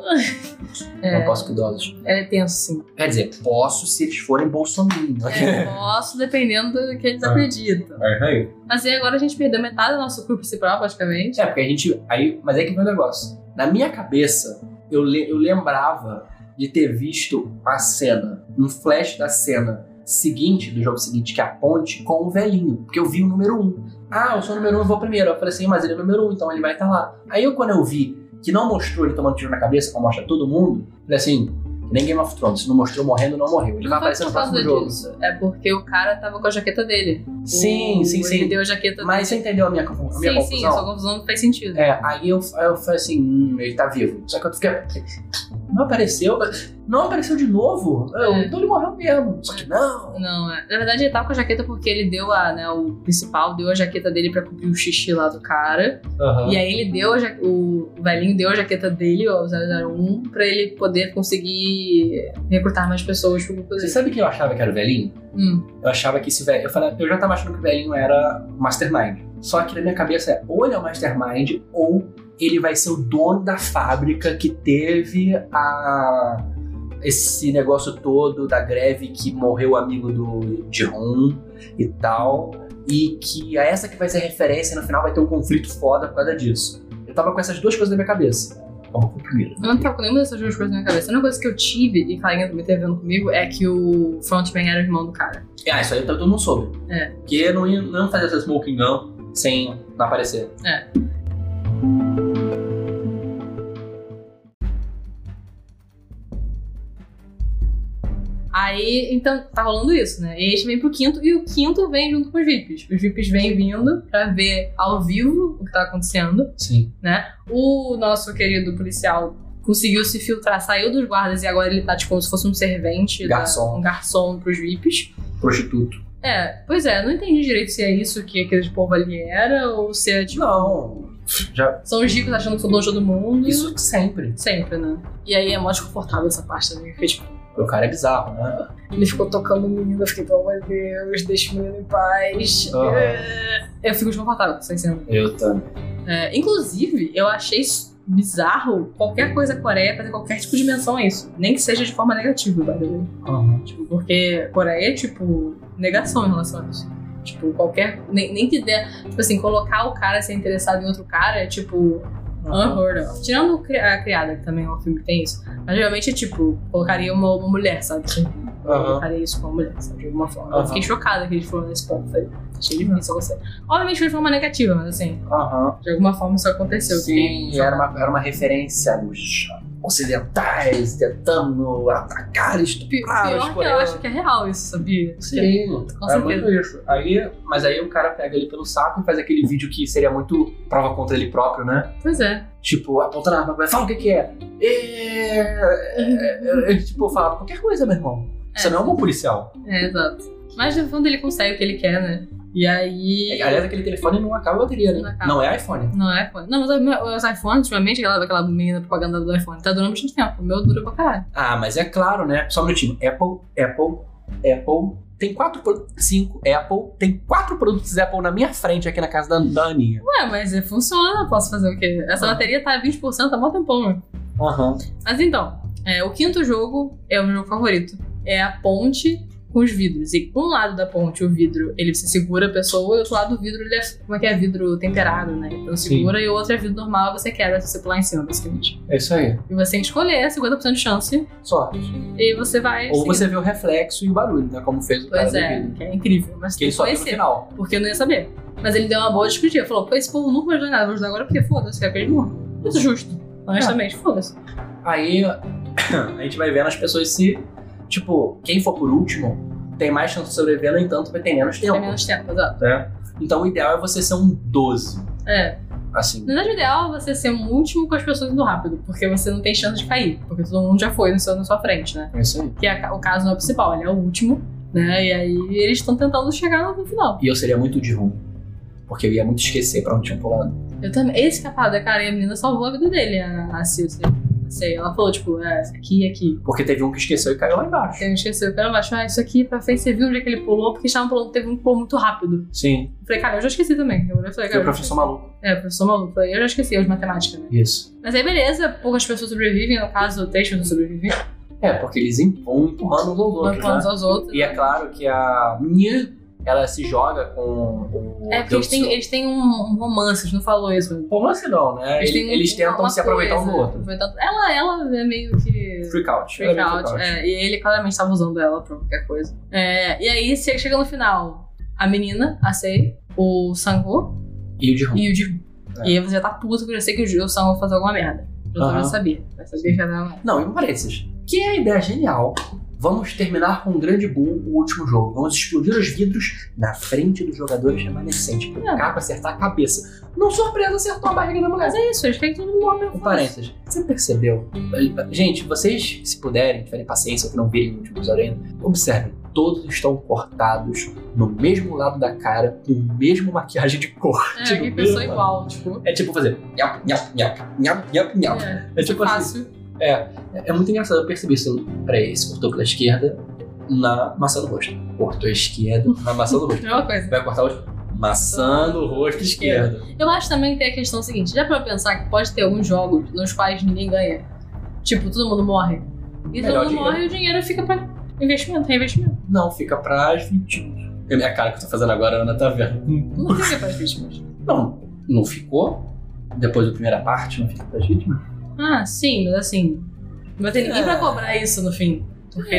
Não É, posso com idosos. é tenso, sim. Quer dizer, posso se eles forem bolsominions. É, posso, dependendo do que eles Ah. acreditam. É. Mas aí agora a gente perdeu metade do nosso grupo principal, praticamente. É, porque a gente. Aí, mas é que vem o negócio. Na minha cabeça, eu, le- eu lembrava de ter visto a cena, um flash da cena seguinte, do jogo seguinte, que é a ponte, com o velhinho. Porque eu vi o número 1. Um. Ah, eu sou o número 1, um, eu vou primeiro. Eu falei assim, mas ele é o número 1, um, então ele vai estar lá. Aí eu, quando eu vi que não mostrou ele tomando tiro na cabeça, como mostra todo mundo, eu falei assim. que Nem Game of Thrones, se não mostrou morrendo, não morreu. Ele vai foi aparecer no por próximo causa jogo. disso. É porque o cara tava com a jaqueta dele. Sim, O- sim, Ele sim. deu a jaqueta Mas você dele. entendeu a minha, confusão- a minha sim, confusão? sim, sua confusão não faz sentido. É, aí eu, aí eu falei assim, hum, ele tá vivo. Só que eu fiquei. Não apareceu? Não apareceu de novo? Eu, É. Então ele morreu mesmo. Só que não. Não, é. Na verdade, ele tava com a jaqueta porque ele deu a, né, o principal deu a jaqueta dele pra cobrir o xixi lá do cara. Ah. E aí ele deu, a ja- o velhinho deu a jaqueta dele, ó, o 001, pra ele poder conseguir recrutar mais pessoas pro grupo Você dele. sabe que eu achava que era o velhinho? Hum. Eu achava que esse velho. Eu, falei, eu já tava achando que o velhinho era o Mastermind. Só que na minha cabeça é ou ele é o Mastermind ou ele vai ser o dono da fábrica que teve a. Esse negócio todo da greve que morreu o amigo do de Ron e tal. e que é essa que vai ser a referência e no final vai ter um conflito foda por causa disso. Eu tava com essas duas coisas na minha cabeça. Vamos com o primeiro. Eu não tava com nenhuma dessas duas coisas na minha cabeça. A única coisa que eu tive, e Clarinha também teve vendo comigo, é que o frontman era o irmão do cara. Ah, isso aí eu todo mundo soube. É. Porque não ia não ia fazer essa smoking gun sem não aparecer. Aí, então, tá rolando isso, né? E a gente vem pro quinto, e o quinto vem junto com os VIPs. Os VIPs vêm vindo pra ver ao vivo o que tá acontecendo. Sim. O nosso querido policial conseguiu se filtrar, saiu dos guardas e agora ele tá, tipo, como se fosse um servente. da- Garçom. um garçom pros VIPs. Prostituto. É, pois é, eu não entendi direito se é isso que aquele povo ali era, ou se é, tipo, Não. Já. são os ricos achando que são dono de todo mundo. Isso sempre. Sempre, né? E aí é mó desconfortável essa parte também. Porque, tipo, O cara é bizarro, né? ele ficou tocando o menino, eu fiquei, pelo amor de Deus, deixa o menino em paz. Aham. É, Eu fico desconfortável com essa cena. Eu também. É, inclusive, eu achei s- bizarro, qualquer coisa Coreia fazer qualquer tipo de menção a isso. Nem que seja de forma negativa, by the way. Tipo, porque Coreia é, tipo, negação em relação a isso. Tipo, qualquer. Nem, nem que der. Tipo assim, colocar o cara ser interessado em outro cara é tipo. Unheard of. Tirando o Cri- a Criada, que também é um filme que tem isso. Mas geralmente é tipo, colocaria uma, uma mulher, sabe? Tipo, Colocaria isso com uma mulher, sabe? De alguma forma. Eu Aham. Uhum. fiquei chocada que eles foram nesse ponto. Falei, achei difícil você. Obviamente foi de forma negativa, mas assim, Aham. de alguma forma isso aconteceu. Eu fiquei Sim, era uma, era uma referência aos ocidentais tentando atacar, Pi- estuprar Tipo, Pior os que eu coreanos. acho que é real isso, sabia? tipo, Sim, Com é certeza. muito isso. Aí, mas aí o cara pega ele pelo saco e faz aquele vídeo que seria muito prova contra ele próprio, né? Pois é. Tipo, apontando a arma, pra ele, fala o que que é. É, Ele, tipo, falava qualquer coisa, meu irmão. Você É. não é um bom policial. É, exato. Mas no fundo ele consegue o que ele quer, né? E aí. Aliás, aquele telefone não acaba a bateria, né? Não acaba. Não é iPhone. Não é iPhone. Não, mas o meu- os iPhones, ultimamente, aquela, aquela menina propaganda do iPhone, tá durando bastante tempo. O meu dura pra caralho. Ah, mas é claro, né? Só um minutinho. Apple, Apple, Apple. Tem quatro, pro- cinco Apple. Tem quatro produtos Apple na minha frente aqui na casa da, da Aninha. Ué, mas é, funciona, posso fazer o quê? Essa Ah. bateria tá 20%, há mó tempão, né? Aham. Mas então, é, o quinto jogo é o meu jogo favorito. É a ponte com os vidros. E um lado da ponte, o vidro, ele se segura a pessoa, e o outro lado, o vidro, ele é, como é que é? Vidro temperado, né? Então segura, e o outro é vidro normal, você quebra se você pular em cima, basicamente. É isso aí. E você tem que escolher é 50% de chance, Só. É e você vai... Ou seguindo. você vê o reflexo e o barulho, né? Como fez o cara Pois do é, vídeo. que é incrível. Mas Que ele tem só viu no conhecer. final. Porque eu não ia saber. Mas ele deu uma boa discutir. Falou, pô, esse povo nunca vai ajudar em nada, vou ajudar agora porque foda-se, quero que eles morram. Isso é justo. Honestamente, foda-se. Aí a gente vai vendo as pessoas se. Tipo, quem for por último tem mais chance de sobreviver, no entanto, vai ter menos tempo. Tem menos tempo, exato. né? Então o ideal é você ser um 12. É. Assim. Na verdade, o ideal é você ser o último com as pessoas indo rápido, porque você não tem chance de cair, porque todo mundo já foi no seu, na sua frente, né? É isso aí. Que é ca- o caso não é o principal, ele é o último, né? E aí eles estão tentando chegar no final. E eu seria muito de ruim. Porque eu ia muito esquecer pra onde tinha pulado. Eu também. Esse capada, cara, e a menina salvou a vida dele, a, a Circe. Não sei, ela falou, tipo, é, aqui e aqui. Porque teve um que esqueceu e caiu lá embaixo. Eu não esqueci, eu quero achar "Ah, isso aqui pra frente. Você viu onde é que ele pulou? Porque estavam pulando, teve um pulo muito rápido. Sim. Eu falei, cara, eu já esqueci também. Eu olhei e falei, cara. Foi o um professor maluco. É, professor maluco. Eu já esqueci eu de matemática, né? Isso. Mas aí, beleza, poucas pessoas sobrevivem, no caso, três pessoas sobrevivem, É, porque eles empurram empurrando uns aos vão outros. uns Né? aos outros. E é claro que a minha, ela se joga com o. É, porque eles Deus do têm, eles têm um, um romance, a gente não falou isso, mas. Romance não, né? Ele- Eles, têm um- tentam uma se aproveitar um coisa, do outro. aproveitar- Ela, ela é meio que. Freak out. Freak Ela é meio out, é, e ele claramente estava usando ela pra qualquer coisa. É, e aí che- chega no final a menina, a Sei, o Sango E o de ruim. e o Jihu. É. E aí você já tá puto porque eu sei que o, o Sango vai fazer alguma merda. Eu Aham. também sabia. Vai saber que ia dar uma merda. Não, e um parênteses. Que é a ideia genial. Vamos terminar com um grande boom o último jogo. Vamos explodir os vidros na frente dos jogadores remanescentes. Pro É. cara pra acertar a cabeça. Não surpresa, acertou a barriga da mulher. Mas é isso, eles querem que todo mundo morra mesmo. Um parênteses. Você percebeu? Gente, vocês, se puderem, tiverem paciência, ou que não virem o último episódio ainda, observem. Todos estão cortados no mesmo lado da cara, com a mesma maquiagem de corte. É, que no pessoa mesmo- igual, tipo. É tipo fazer. Nhap, nhap, nhap, nhap, nhap, nhap. É, É tipo assim. fácil. É, é muito engraçado. Eu percebi isso. Peraí, esse cortou pela esquerda na maçã do rosto. Cortou a esquerda na maçã do rosto. Mesma é coisa. Vai cortar hoje? Maçã do rosto esquerda. Eu acho também que tem a questão seguinte: já pra eu pensar que pode ter alguns jogos nos quais ninguém ganha. Tipo, todo mundo morre. E todo Melhor mundo dinheiro. morre e o dinheiro fica pra investimento, reinvestimento. Não, fica pras vítimas. É a minha cara que eu tô fazendo agora, a Ana tá vendo. Não fica pras vítimas. Não, não ficou. Depois da primeira parte, não fica pras vítimas. Ah, sim, mas assim. Não vai ter ninguém É. pra cobrar isso no fim. Porque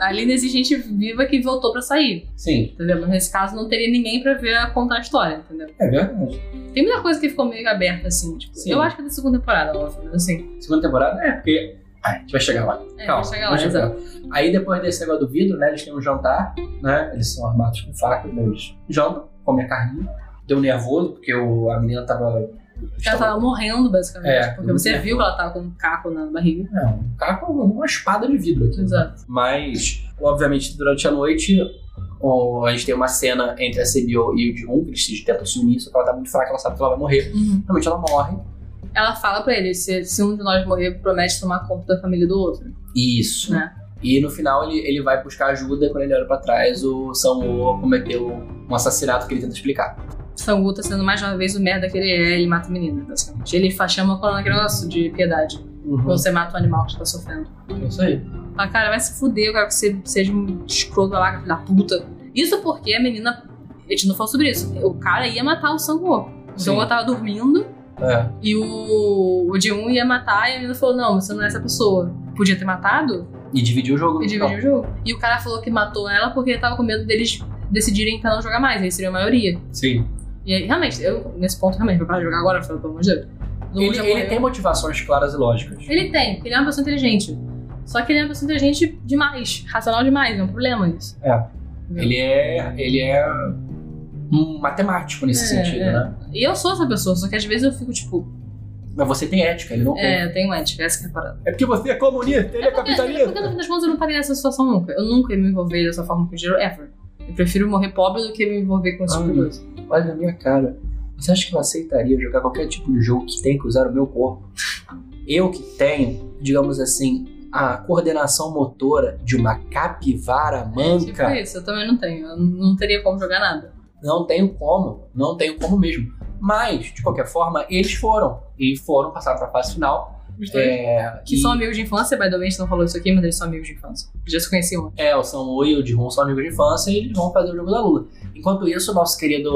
ali não existe gente viva que voltou pra sair, Sim, entendeu? Mas nesse caso não teria ninguém pra ver a- contar a história, entendeu? é verdade. Tem muita coisa que ficou meio aberta, assim. Tipo, Sim. Eu acho que é da segunda temporada, óbvio, mas assim. Segunda temporada é porque. Ai, a gente vai chegar lá. É, Calma, vai chegar lá, vai chegar exato. lá. Aí depois desse negócio do vidro, né? Eles têm um jantar, né? Eles são armados com faca, né, eles jantam, comem a carninha. Deu nervoso, porque o, a menina tava. Ela tava morrendo, basicamente. É, porque você muito viu que ela tava com um caco na barriga. Não, o cara com uma espada de vidro aqui. né. Exato. Mas, obviamente, durante a noite, ó, a gente tem uma cena entre a CBO e o Jun, que eles tentam se unir, só que ela tá muito fraca, ela sabe que ela vai morrer. Realmente ela morre. Ela fala pra ele: se, se um de nós morrer, promete tomar conta da família do outro. Isso. Né? E no final ele, ele vai buscar ajuda quando ele olha pra trás, o Samuo cometeu um assassinato que ele tenta explicar. Sangu tá sendo mais uma vez o merda que ele é, ele mata a menina, basicamente. Ele fa- chama quando aquele negócio de piedade. Uhum. Quando você mata um animal que tá sofrendo. É isso aí. Fala, cara, vai se fuder, eu quero que você seja um escroto lá, filho da puta. Isso porque a menina. A gente não falou sobre isso. O cara ia matar o Sangu. O Sim. Sangu tava dormindo. É. E o, o de um ia matar, e a menina falou: Não, você não é essa pessoa. Podia ter matado E dividiu o e jogo. no dividir final. o jogo. E o cara falou que matou ela porque ele tava com medo deles decidirem pra não jogar mais, aí seria a maioria. Sim. E aí, realmente, eu, nesse ponto, realmente, pra parar de jogar agora, pelo amor de Deus. Todo mundo Ele, já ele morreu. tem motivações claras e lógicas. Ele tem, porque ele é uma pessoa inteligente. Só que ele é uma pessoa inteligente demais, racional demais, é um problema isso. Ele é. Ele é um matemático nesse É, sentido, é. né? E eu sou essa pessoa, só que às vezes eu fico tipo, Mas você tem ética, ele não tem. é, eu tenho ética, essa que é a parada. É porque você é comunista, ele é porque, porque no fim das contas eu não parei nessa situação nunca. Eu nunca ia me envolver dessa forma com dinheiro, ever. Eu prefiro morrer pobre do que me envolver com esse tipo de Ai. coisa. Olha a minha cara. Você acha que eu aceitaria jogar qualquer tipo de jogo que tem que usar o meu corpo? Eu que tenho, digamos assim, a coordenação motora de uma capivara manca, Tipo isso, eu também não tenho. Eu não teria como jogar nada. não tenho como, não tenho como mesmo. Mas, de qualquer forma, eles foram. E foram, passaram pra fase final. É, Que e- são amigos de infância, by the way, a gente não falou isso aqui, mas eles são amigos de infância. Já se conheciam. É, o Samu e o Jihun são amigos de infância e eles vão fazer o jogo da Lula. Enquanto isso, o nosso querido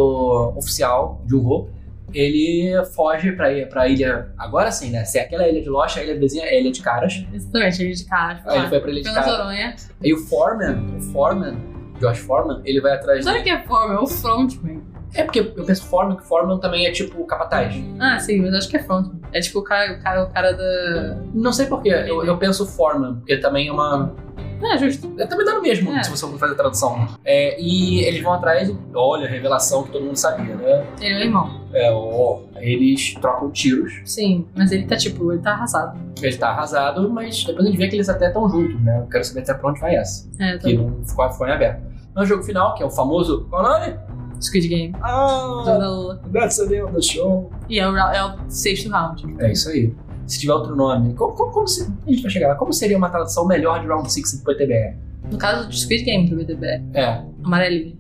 oficial, Junho, ele foge pra, i- pra ilha. Agora sim, né? Se é aquela ilha de Lost, a ilha vizinha é a ilha de Caras. Exatamente, eles de cara. Aí Ah, ele Pela foi pra ilha de Caras. Zoronha. Aí o Foreman, o Foreman, Josh Foreman, ele vai atrás Sabe o dele. que é forma? É o frontman. É porque eu penso Foreman, que Foreman também é tipo o capataz. Ah, sim, mas acho que é frontman. É tipo o cara, o cara, o cara da. Não sei porquê, eu, eu penso Foreman, porque também é uma. Não, é justo. É, Também dá no mesmo, É. se você for fazer a tradução. É, e eles vão atrás, olha, a revelação que todo mundo sabia, né? Ele é o irmão. É, ó, eles trocam tiros. Sim, mas ele tá tipo, ele tá arrasado. Ele tá arrasado, mas depois ele vê que eles até estão juntos, né? Eu quero saber até pra onde vai essa. É, tá. Que não ficou foi em aberto. No jogo final, que é o famoso. Qual o nome? Squid Game. Jogo Ah! da Lula. That's the name of the show. E é o, ra- é o sexto round. É isso aí. Se tiver outro nome, como, como, como se, a gente vai chegar lá? Como seria uma tradução melhor de Round 6 do PTBR? No caso do Squid Game do BTB, É. amarelinho.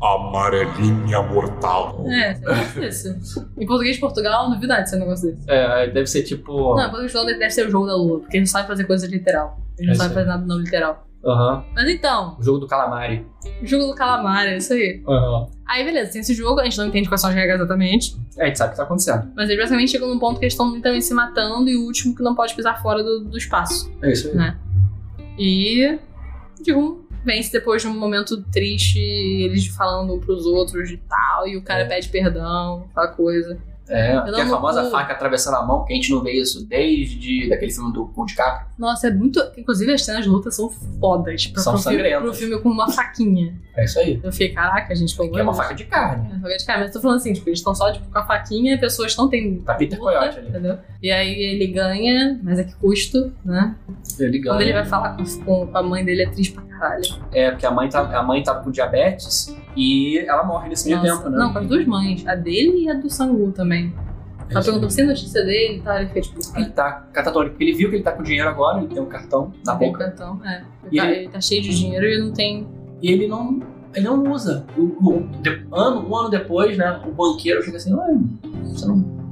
Amarelinha mortal. É, é isso. Em português de Portugal, novidade ser um negócio desse. É, deve ser tipo. Não, em português de Portugal deve ser o jogo da lua, porque eles não sabem fazer coisa literal. Eles não É sabem isso aí. fazer nada não literal. Aham. Mas então, O jogo do calamari. jogo do calamar, é isso aí. Aham. Aí beleza, tem esse jogo, a gente não entende quais são as regras exatamente, É, a gente sabe o que tá acontecendo. mas eles basicamente chegam num ponto que eles estão também se matando e o último que não pode pisar fora do, do espaço. É isso aí. E. De um vence depois de um momento triste, eles falando um pros outros e tal, e o cara É. pede perdão, aquela coisa. É, Eu tem a não- famosa eu- faca atravessando a mão, que a gente não vê isso desde daquele filme do Conde DiCaprio. Nossa, é muito. Inclusive, as cenas de luta são fodas. Pra, São pro, filme, sangrentas. pro filme com uma faquinha. É isso aí. Eu fiquei, caraca, gente, pelo Que é uma amor faca de de carne. Deus. É, faca de cara, mas tô falando assim, tipo, eles estão só tipo, com a faquinha e pessoas não têm. Tá Peter luta, Coyote ali. Entendeu? E aí ele ganha, mas a que custo, né? Ele Quando ele ganha. vai falar com, com- com a mãe dele, é triste pra caralho. É, porque a mãe, tá, a mãe tava com diabetes e ela morre nesse meio Nossa. tempo, né? Não, com as duas mães, a dele e a do Sangu também. É Ela isso aí. perguntou se tem notícia dele e tal, ele fica tipo. Ele tá catatônico, porque ele viu que ele tá com dinheiro agora, ele tem um cartão na tem boca. cartão, é. E Tá- ele- Ele tá cheio de dinheiro e não tem. E ele não. Ele não usa. O- o- de- ano, um ano depois, né? O banqueiro fica assim, "Ué, você não.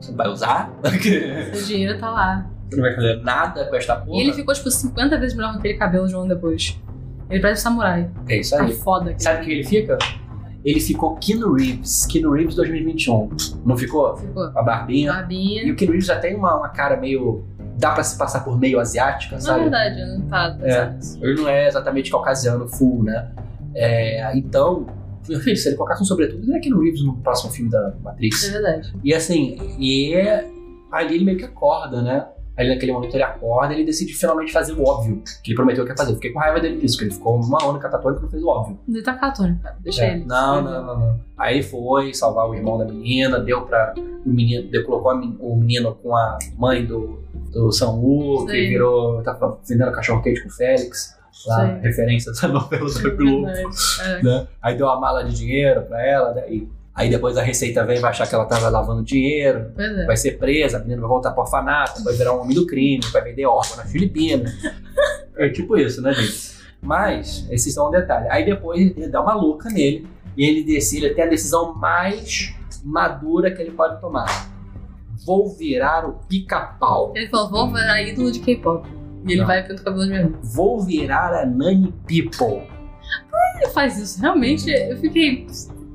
Você não vai usar? você O dinheiro tá lá. não vai fazer nada com esta É. porra. E ele ficou, tipo, 50 vezes melhor com aquele cabelo de um ano depois. Ele parece um samurai. É isso Tá aí. foda. aquele Sabe o que ele fica? Ele ficou Keanu Reeves. Keanu Reeves 2021. Não ficou? que Ficou. A barbinha. E Barbinha. o Keanu Reeves já tem uma, uma cara meio. dá pra se passar por meio asiática, Na sabe? verdade, eu não tá, parado. É. Ele não é exatamente caucasiano full, né? É, então. Meu filho, se ele colocasse um sobretudo, ele é Keanu Reeves no próximo filme da É Matrix. verdade. E assim, e é- ali ele meio que acorda, né? Ali naquele momento ele acorda e ele decide finalmente fazer o óbvio. Que ele prometeu que ia fazer. Eu fiquei com raiva dele disso, que ele ficou uma onda catatônica e não fez o óbvio. Ele tá catônico, cara. Deixa É, ele. Não, não, não, não. Aí foi salvar o irmão da menina, deu pra. O menino deu, colocou a men- o menino com a mãe do, do Samu, que Sim. virou. tá vendendo cachorro quente com o Félix. Lá, Sim. referência da É novela do Globo. verdade. É. Né? Aí deu uma mala de dinheiro pra ela, daí. Aí depois a receita vem, vai achar que ela tava lavando dinheiro, Pois é. vai ser presa, a menina vai voltar pro orfanato, vai virar um homem do crime, vai vender órgão na Filipina. É tipo isso, né, gente? Mas, esse é um detalhe. Aí depois ele dá uma louca nele E ele decide, ele tem a decisão mais madura que ele pode tomar. Vou virar o pica-pau. Ele falou, vou virar ídolo de K-pop. E ele Não. vai e pinta o cabelo de vermelho. Vou virar a Nani People. Ele faz isso, realmente, eu fiquei...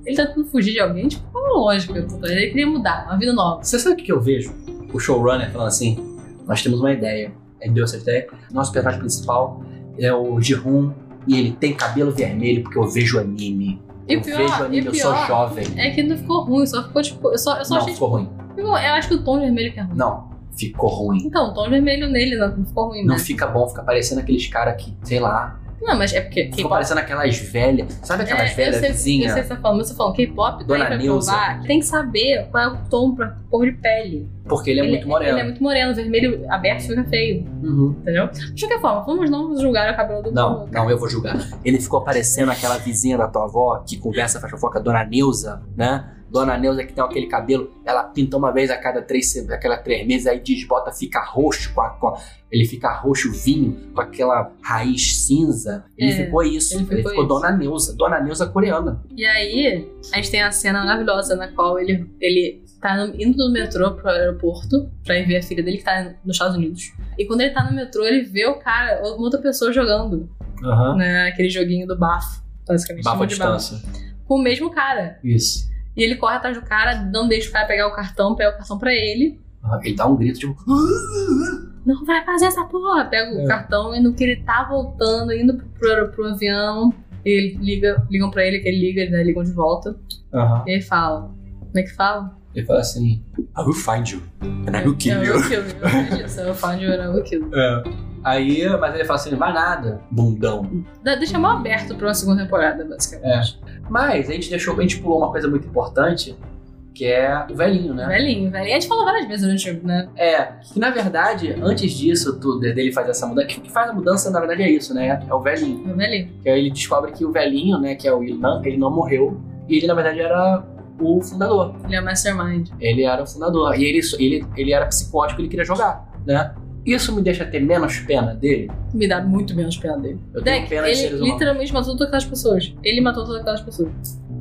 Ele tá tentando fugir de alguém? Tipo, qual a lógica? do Totoro? Ele queria mudar, uma vida nova. Você sabe o que que eu vejo? O showrunner falando assim: nós temos uma ideia. Ele deu essa ideia. Nosso personagem principal é o Jihun e ele tem cabelo vermelho porque eu vejo anime. E eu pior, vejo e anime, eu sou pior, jovem. é que não ficou ruim, só ficou tipo... Eu só, eu só Não, achei... tipo, ficou ruim. Eu acho que o tom vermelho que é ruim. Não, ficou ruim. Então, o tom vermelho nele não não ficou ruim, né? Não fica bom, fica parecendo aqueles caras que, sei lá, Não, mas é porque ficou K-pop. parecendo aquelas velhas. Sabe É, aquelas velhas eu sei, eu vizinhas? sei o que você tá falando, mas você falando, K-pop tá aí Dona pra Neuza. provar. que Tem que saber qual é o tom pra cor de pele. Porque ele é muito moreno. Ele é muito moreno, vermelho aberto fica feio, Uhum. entendeu? De qualquer forma, vamos não julgar o cabelo do Não, do- não, eu vou julgar. Ele ficou parecendo aquela vizinha da tua avó que conversa, faz fofoca, Dona Neuza, né? Dona Neuza que tem aquele cabelo, ela pinta uma vez a cada três, se- aquela três meses, aí desbota, fica roxo com a, com a- ele fica roxo vinho, com aquela raiz cinza. Ele É, ficou isso. ele Ele ficou ficou, isso. Dona Neuza, Dona Neuza coreana. E aí, a gente tem a cena maravilhosa na qual ele, ele tá no- indo do metrô pro aeroporto pra ir ver a filha dele que tá nos Estados Unidos. E quando ele tá no metrô, ele vê o cara, uma outra pessoa jogando, Aham. né? Aquele joguinho do bafo, basicamente. Bafo chama à de bafo. distância. Com o mesmo cara. Isso. E ele corre atrás do cara, não deixa o cara pegar o cartão, pega o cartão pra ele. Aham, Ele dá um grito, tipo. Não vai fazer essa porra! Pega o É. cartão e no que ele tá voltando, indo pro, pro, pro avião, ele liga, ligam pra ele, que ele liga, né? Ligam de volta. Aham. E ele fala. Como é que fala? Ele fala assim: I will find you. And I will kill Eu you. will kill you. Eu sei disso, eu falo de eu will kill you. É. Aí, mas ele fala assim: vai nada, bundão. Dá- Deixa mal aberto pra uma segunda temporada, basicamente. É. Mas a gente deixou, a gente pulou uma coisa muito importante, que é o velhinho, né? Velhinho, velhinho. A gente falou várias vezes durante o né? É, que na verdade, antes disso, tudo, dele fazer essa mudança, que o que faz a mudança, na verdade, é isso, né? É o velhinho. O velhinho. Que aí ele descobre que o velhinho, né, que é o Ilan, ele não morreu, e ele, na verdade, era o fundador. Ele é o mastermind. Ele era o fundador. E ele, ele, ele era psicótico, ele queria jogar, né? Isso me deixa ter menos pena dele. Me dá muito menos pena dele. Eu tenho Deck, pena de ele seres humanos. literalmente matou todas aquelas pessoas. Ele matou todas aquelas pessoas.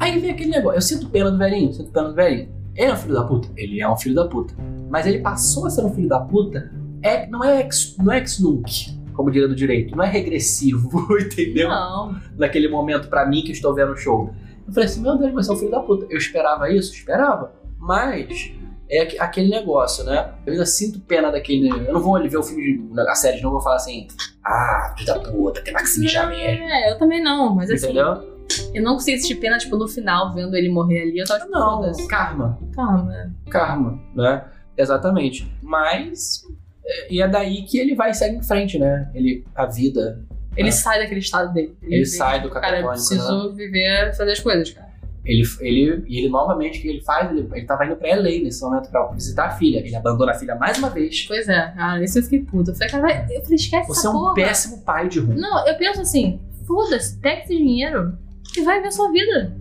Aí vem aquele negócio, eu sinto pena do velhinho, eu sinto pena do velhinho. Ele é um filho da puta? Ele é um filho da puta. Mas ele passou a ser um filho da puta, é, não é ex, não é ex nunc, como diria do direito, não é regressivo, entendeu? Não. Naquele momento pra mim que estou vendo o show. Eu falei assim, meu Deus, você é um filho da puta. Eu esperava isso? Esperava. Mas é aqu- aquele negócio, né? Eu ainda sinto pena daquele. Eu não vou ali ver o filme, de- a série, de novo, eu vou falar assim, ah, filho da puta, tem que se mijar mesmo. É, eu também não, mas assim, Entendeu? eu não consegui assistir pena, tipo, no final, vendo ele morrer ali. Eu tava tipo, Não, foda-se. karma. Calma. karma, né? Exatamente. Mas. é, E é daí que ele vai e segue em frente, né? Ele, a vida. Ele É. sai daquele estado dele. Ele, vê sai do que, Uhum. Cara, eu catatônico. né? preciso viver, fazer as coisas, cara. Ele, ele, e ele novamente, o que ele faz? Ele, ele tava indo pra LA nesse momento pra visitar a filha. Ele abandona a filha mais uma vez. Pois é, cara, isso eu fiquei puta. Eu falei, cara, vai- eu falei, esquece Você é essa um porra. péssimo pai de ruim. Não, eu penso assim, foda-se, pega esse dinheiro e vai ver a sua vida.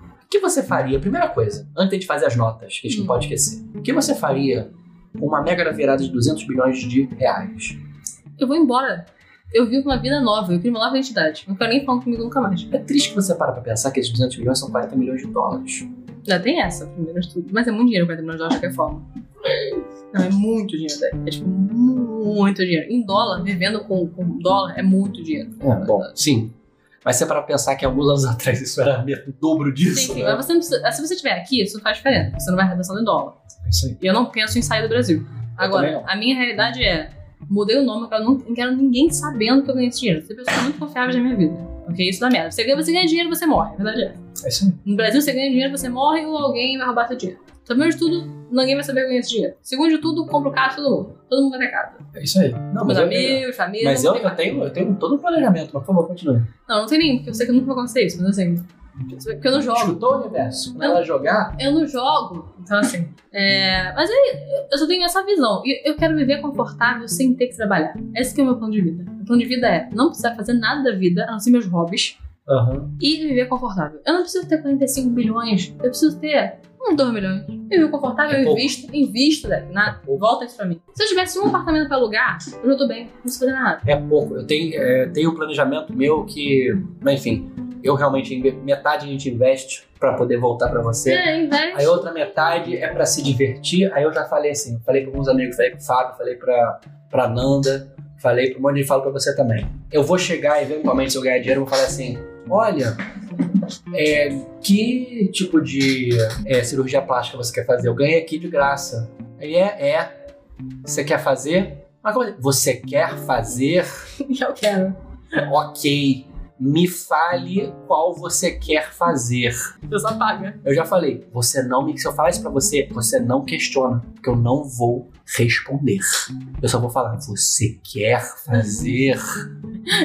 O que você faria? Primeira coisa, antes de fazer as notas, que a Hum. gente não pode esquecer. O que você faria com uma mega virada de 200 bilhões de reais? Eu vou embora. Eu vivo uma vida nova, eu crio uma nova identidade. Não quero nem falar comigo nunca mais. É triste que você para pra pensar que esses 200 bilhões são 40 milhões de dólares. Já tem essa, primeiro de tudo. Mas é muito dinheiro pra terminar de dólar de qualquer forma. Não, é muito dinheiro, velho. É tipo, muito dinheiro. Em dólar, vivendo com, com dólar, é muito dinheiro. É, bom, sim. Mas se é para pensar que alguns anos atrás isso era meio o dobro disso. Sim, sim, né? mas você não precisa, se você estiver aqui, isso não faz diferença. Você não vai estar pensando em dólar. É Isso aí. E eu não penso em sair do Brasil. também Agora, não. a minha realidade é: mudei o nome, eu quero- não não quero ninguém sabendo que eu ganhei esse dinheiro. Você é pessoa muito confiável na minha vida. Ok? Isso dá merda. Você ganha, você ganha dinheiro, você morre. A verdade é. essa. É isso aí. No Brasil, você ganha dinheiro, você morre ou alguém vai roubar seu dinheiro. Então, Primeiro de tudo, ninguém vai saber que eu ganhei esse dinheiro. Segundo de tudo, compro casa todo mundo. Todo mundo vai ter casa. É isso aí. Não, mas Meus eu, amigos, família. mas todo eu, mundo eu, vai ter tenho, eu tenho todo um planejamento, mas por favor, continue. casa. Não, não tem nem, porque eu sei que nunca vai acontecer isso, mas assim. Porque eu não jogo. Chutou o universo. Quando Não. ela jogar, Eu não jogo. Então, assim. É... Mas aí, eu só tenho essa visão. E eu quero viver confortável sem ter que trabalhar. Esse que é o meu plano de vida. Meu plano de vida é não precisar fazer nada da vida, a não ser meus hobbies. Aham. e viver confortável. Eu não preciso ter 45 bilhões, eu preciso ter um, 2 milhões. Viver confortável, É eu pouco. É invisto, invisto, Deck, na, pouco. volta isso pra mim. Se eu tivesse um apartamento pra alugar, eu já tô bem, não preciso fazer nada. É pouco. Eu tenho, é, tenho um planejamento meu que, mas enfim, eu realmente inve- metade a gente investe pra poder voltar pra você. É, investe. Aí a outra metade é pra se divertir. Aí eu já falei assim, falei pra alguns amigos, falei pro Fábio, falei pra, pra Nanda, falei pra um monte de gente, falo pra você também. Eu vou chegar, eventualmente, se eu ganhar dinheiro, eu vou falar assim, olha, é, que tipo de é, cirurgia plástica você quer fazer? Eu ganhei aqui de graça. Ele é, é. Você quer fazer? Mas como assim? Você quer fazer? Eu quero. Ok. Me fale qual você quer fazer. Eu só paga. Eu já falei, você não me. Se eu falar isso pra você, você não questiona, porque eu não vou responder. Eu só vou falar, você quer fazer?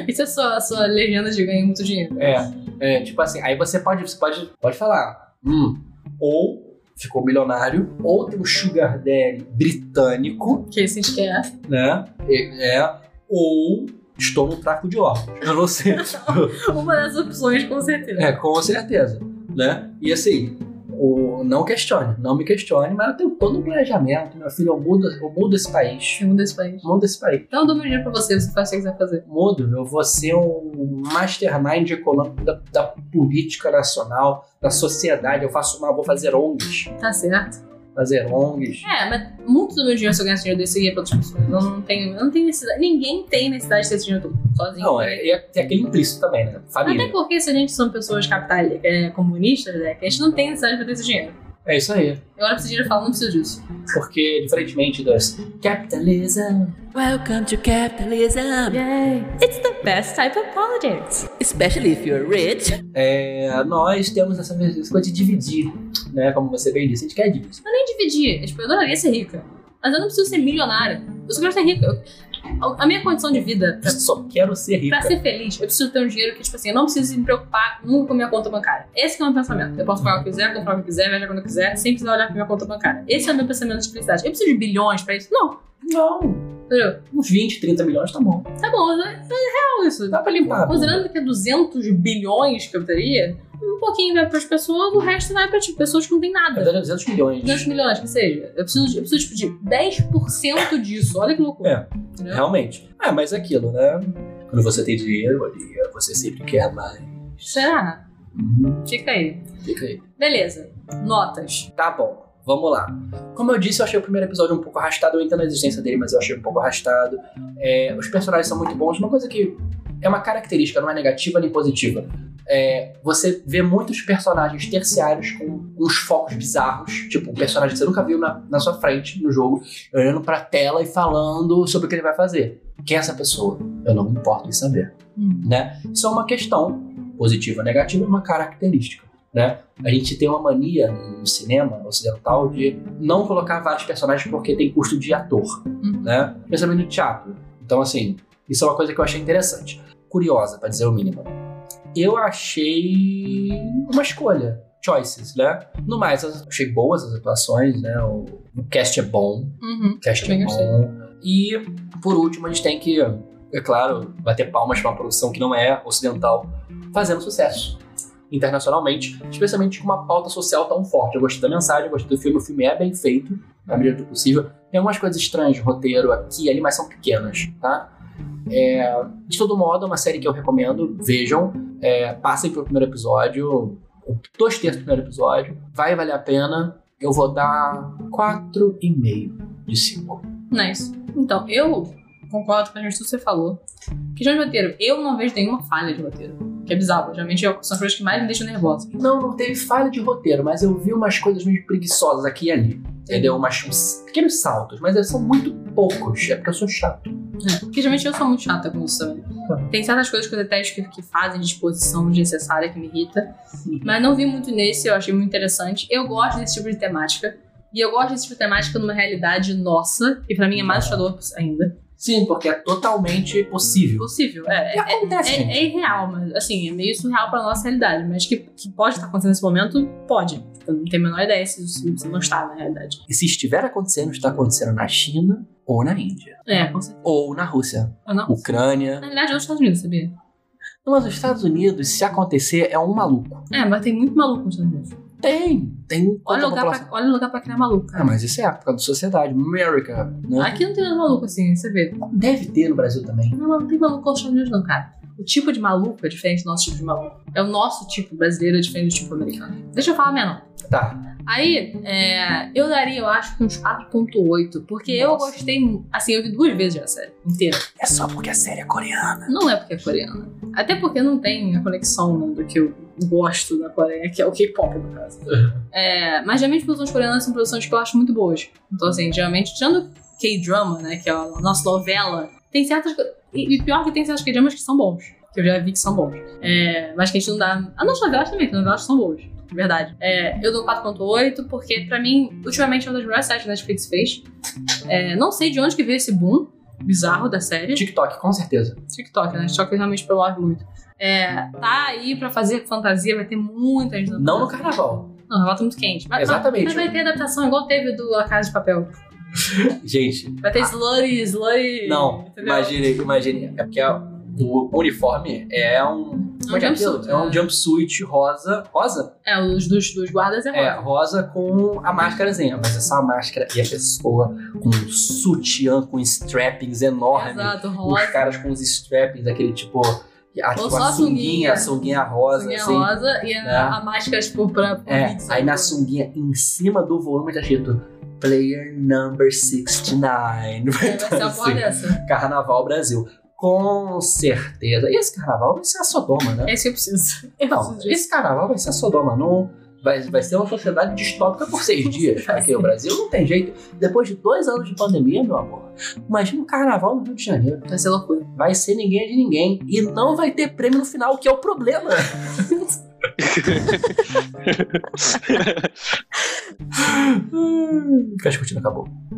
Isso é só a sua legenda de ganhar muito dinheiro. É, é, tipo assim, aí você pode, você pode, pode falar, hum, ou ficou milionário, ou tem um sugar daddy britânico, Que esse quer. né? É, é, ou estou num traco de órgãos. Eu não sei. Uma das opções, com certeza. É, com certeza, né? E assim, o, não questione, não me questione, mas eu tenho todo um planejamento, meu filho, eu mudo, eu mudo esse país, Um desse país. eu mudo esse país. Então eu dou meu dinheiro pra você, você faz o que você quiser fazer. Mudo, eu vou ser um mastermind econômico da, da política nacional, da sociedade, eu faço uma, vou fazer ONGs, Tá certo? fazer ONGs. É, mas muito do meu dinheiro, se eu ganhasse dinheiro desse, eu ia pra outras pessoas. Eu não tenho, eu não tenho necessidade. Ninguém tem necessidade de ter esse dinheiro todo. Sozinho. Não, é, é, tem aquele implícito também, né? Até Família. porque se a gente são pessoas capitais, é, comunistas, né, que a gente não tem necessidade de ter esse dinheiro. É isso aí. Eu olho pra esse dinheiro e falo, não preciso disso. Porque, diferentemente das capitalism, Welcome to capitalism, It's the best type of politics. especially if you're rich. é, nós temos essa essa coisa de dividir, né? Como você bem disse, a gente quer dividir. Eu nem dividi. Tipo, eu adoraria ser rica. Mas eu não preciso ser milionária. Eu só quero ser rica. Eu- a- A minha condição de vida, Eu pra, só quero ser rica. pra ser feliz, eu preciso ter um dinheiro que, tipo assim, eu não preciso me preocupar nunca com a minha conta bancária. Esse que é o meu pensamento. Eu posso pagar o que eu quiser, comprar o que eu quiser, viajar quando eu quiser, sem precisar olhar pra minha conta bancária. Esse é o meu pensamento de felicidade. Eu preciso de bilhões pra isso? Não. Não, Entendeu? uns 20, 30 milhões tá bom. Tá bom, é é real isso. Dá pra limpar. a bunda. Considerando que é 200 bilhões que eu teria, um pouquinho vai para as pessoas, o resto vai para tipo, pessoas que não têm Na nada. verdade, 200 milhões. 200 milhões, que seja. Eu preciso, de- eu preciso tipo, de 10% disso. Olha que loucura. É. Entendeu? Realmente. É, mas é aquilo, né? Quando você tem dinheiro, ali, você sempre quer mais. Será? Hum, Fica aí. Fica aí. Beleza. Notas. Tá bom, vamos lá. Como eu disse, eu achei o primeiro episódio um pouco arrastado. Eu entendo a existência dele, mas eu achei um pouco arrastado. É, os personagens são muito bons. Uma coisa que é uma característica, não é negativa nem positiva. É, você vê muitos personagens terciários com uns focos bizarros, tipo um personagem que você nunca viu na, na sua frente no jogo, olhando pra tela e falando sobre o que ele vai fazer. Quem é essa pessoa? Eu não me importo em saber. Hum. Né? Isso é uma questão, positiva ou negativa, é uma característica. Né? A gente tem uma mania no cinema ocidental de não colocar vários personagens porque tem custo de ator. Uhum. Né? Pensamento de teatro. Então, assim, isso é uma coisa que eu achei interessante. Curiosa, pra dizer o mínimo. Eu achei uma escolha. Choices, né? No mais, eu achei boas as atuações, né? O, o cast é bom. Uhum. Cast Também é gostei. bom. E, por último, a gente tem que, é claro, bater palmas pra uma produção que não é ocidental, fazendo sucesso internacionalmente, especialmente com uma pauta social tão forte. Eu gostei da mensagem, eu gostei do filme, o filme é bem feito, na medida do possível. Tem algumas coisas estranhas de roteiro aqui e ali, mas são pequenas, tá? É, de todo modo, é uma série que eu recomendo, vejam, é, passem pelo primeiro episódio, ou dois terços do primeiro episódio, vai valer a pena. Eu vou dar quatro e meio de cinco. Nice. Então, eu concordo com a gente tudo que você falou. Questão de roteiro. Eu não vejo nenhuma falha de roteiro. Que é bizarro. Geralmente são as coisas que mais me deixam nervosa. Não, não teve falha de roteiro, mas eu vi umas coisas meio preguiçosas aqui e ali. Entendeu? Umas, uns pequenos saltos, mas eles são muito poucos. É porque eu sou chato. É, Porque geralmente eu sou muito chata com isso também. Tem certas coisas que eu detesto que, que fazem disposição desnecessária que me irrita. Mas não vi muito nesse, eu achei muito interessante. Eu gosto desse tipo de temática. E eu gosto desse tipo de temática numa realidade nossa, que pra mim é mais assustador ainda. Sim, porque é totalmente possível. Possível, é. E É, acontece, é, gente. é irreal, mas assim, é meio surreal pra nossa realidade. Mas que, que pode estar acontecendo nesse momento, pode. Eu não tenho a menor ideia se isso se não está na realidade. E se estiver acontecendo, está acontecendo na China ou na Índia. É, com certeza. Ou na Rússia. Ah, não. Ucrânia. Na realidade, é os Estados Unidos, sabia? Mas os Estados Unidos, se acontecer, é um maluco. É, mas tem muito maluco nos Estados Unidos. Tem, tem. a Olha Então, o lugar, pra, olha o lugar pra criar maluco, Ah, cara. mas isso é época da sociedade, America, né? Aqui não tem nada maluco assim, você vê. Deve ter no Brasil também. Não, não tem maluco nos Estados Unidos, não, cara. O tipo de maluco é diferente do nosso tipo de maluco. É o nosso tipo brasileiro é diferente do tipo americano. Deixa eu falar menos. Tá. Aí, é, eu daria, eu acho, que uns 4.8, porque eu Nossa. gostei. mu- Assim, eu vi duas vezes já a série inteira. É só porque a série é coreana. Não é porque é coreana. Até porque não tem a conexão né, do que eu gosto da Coreia, que é o K-pop, no caso. É, mas geralmente produções coreanas são produções que eu acho muito boas. Então, assim, geralmente, tirando K-drama, né, que é a nossa novela, tem certas. co- E, e pior que tem certos K-dramas que são bons, que eu já vi que são bons. É, mas que a gente não dá. Ah, não, as novelas também, as novelas são boas. de Verdade. É, eu dou 4.8 porque, pra mim, ultimamente é uma das melhores séries que a Netflix fez. É, não sei de onde que veio esse boom bizarro da série. TikTok, com certeza. TikTok, né? TikTok realmente promove muito. É, tá aí pra fazer fantasia, vai ter muita gente. Não no carnaval. Não, ela tá muito quente. Mas, Exatamente. Mas vai ter adaptação, igual teve do A Casa de Papel. Gente, Vai ter slurry, slurry. Ah. não. entendeu? Imagine, imagine. É porque a- o uniforme é um. Como é que é aquilo? jumpsuit, É um né? jumpsuit rosa. Rosa? É, os dos, dos guardas é É, rosa. rosa com a máscarazinha. Mas essa máscara e a pessoa com um sutiã, com strappings enormes. Exato, Os rosa. caras com os strappings, aquele tipo. A, tipo, só a a sunguinha. sunguinha, a sunguinha rosa, Sunguinha assim. rosa e a, né? a máscara, tipo, pra. pra É, pizza, aí na tipo. sunguinha, em cima do volume, tá escrito Player Number 69. É, Vai ser Então, uma porra assim, dessa. Carnaval Brasil. Com certeza. E esse carnaval vai ser a Sodoma, né? É isso que eu preciso. Eu Não, preciso disso. esse carnaval vai ser a Sodoma, não. Vai, vai ser uma sociedade distópica por seis dias. Aqui no Brasil não tem jeito. Depois de dois anos de pandemia, meu amor, imagina um carnaval no Rio de Janeiro. Vai ser loucura. Vai ser ninguém é de ninguém. E não vai ter prêmio no final, que é o problema. Hum, Acho que a curtida acabou.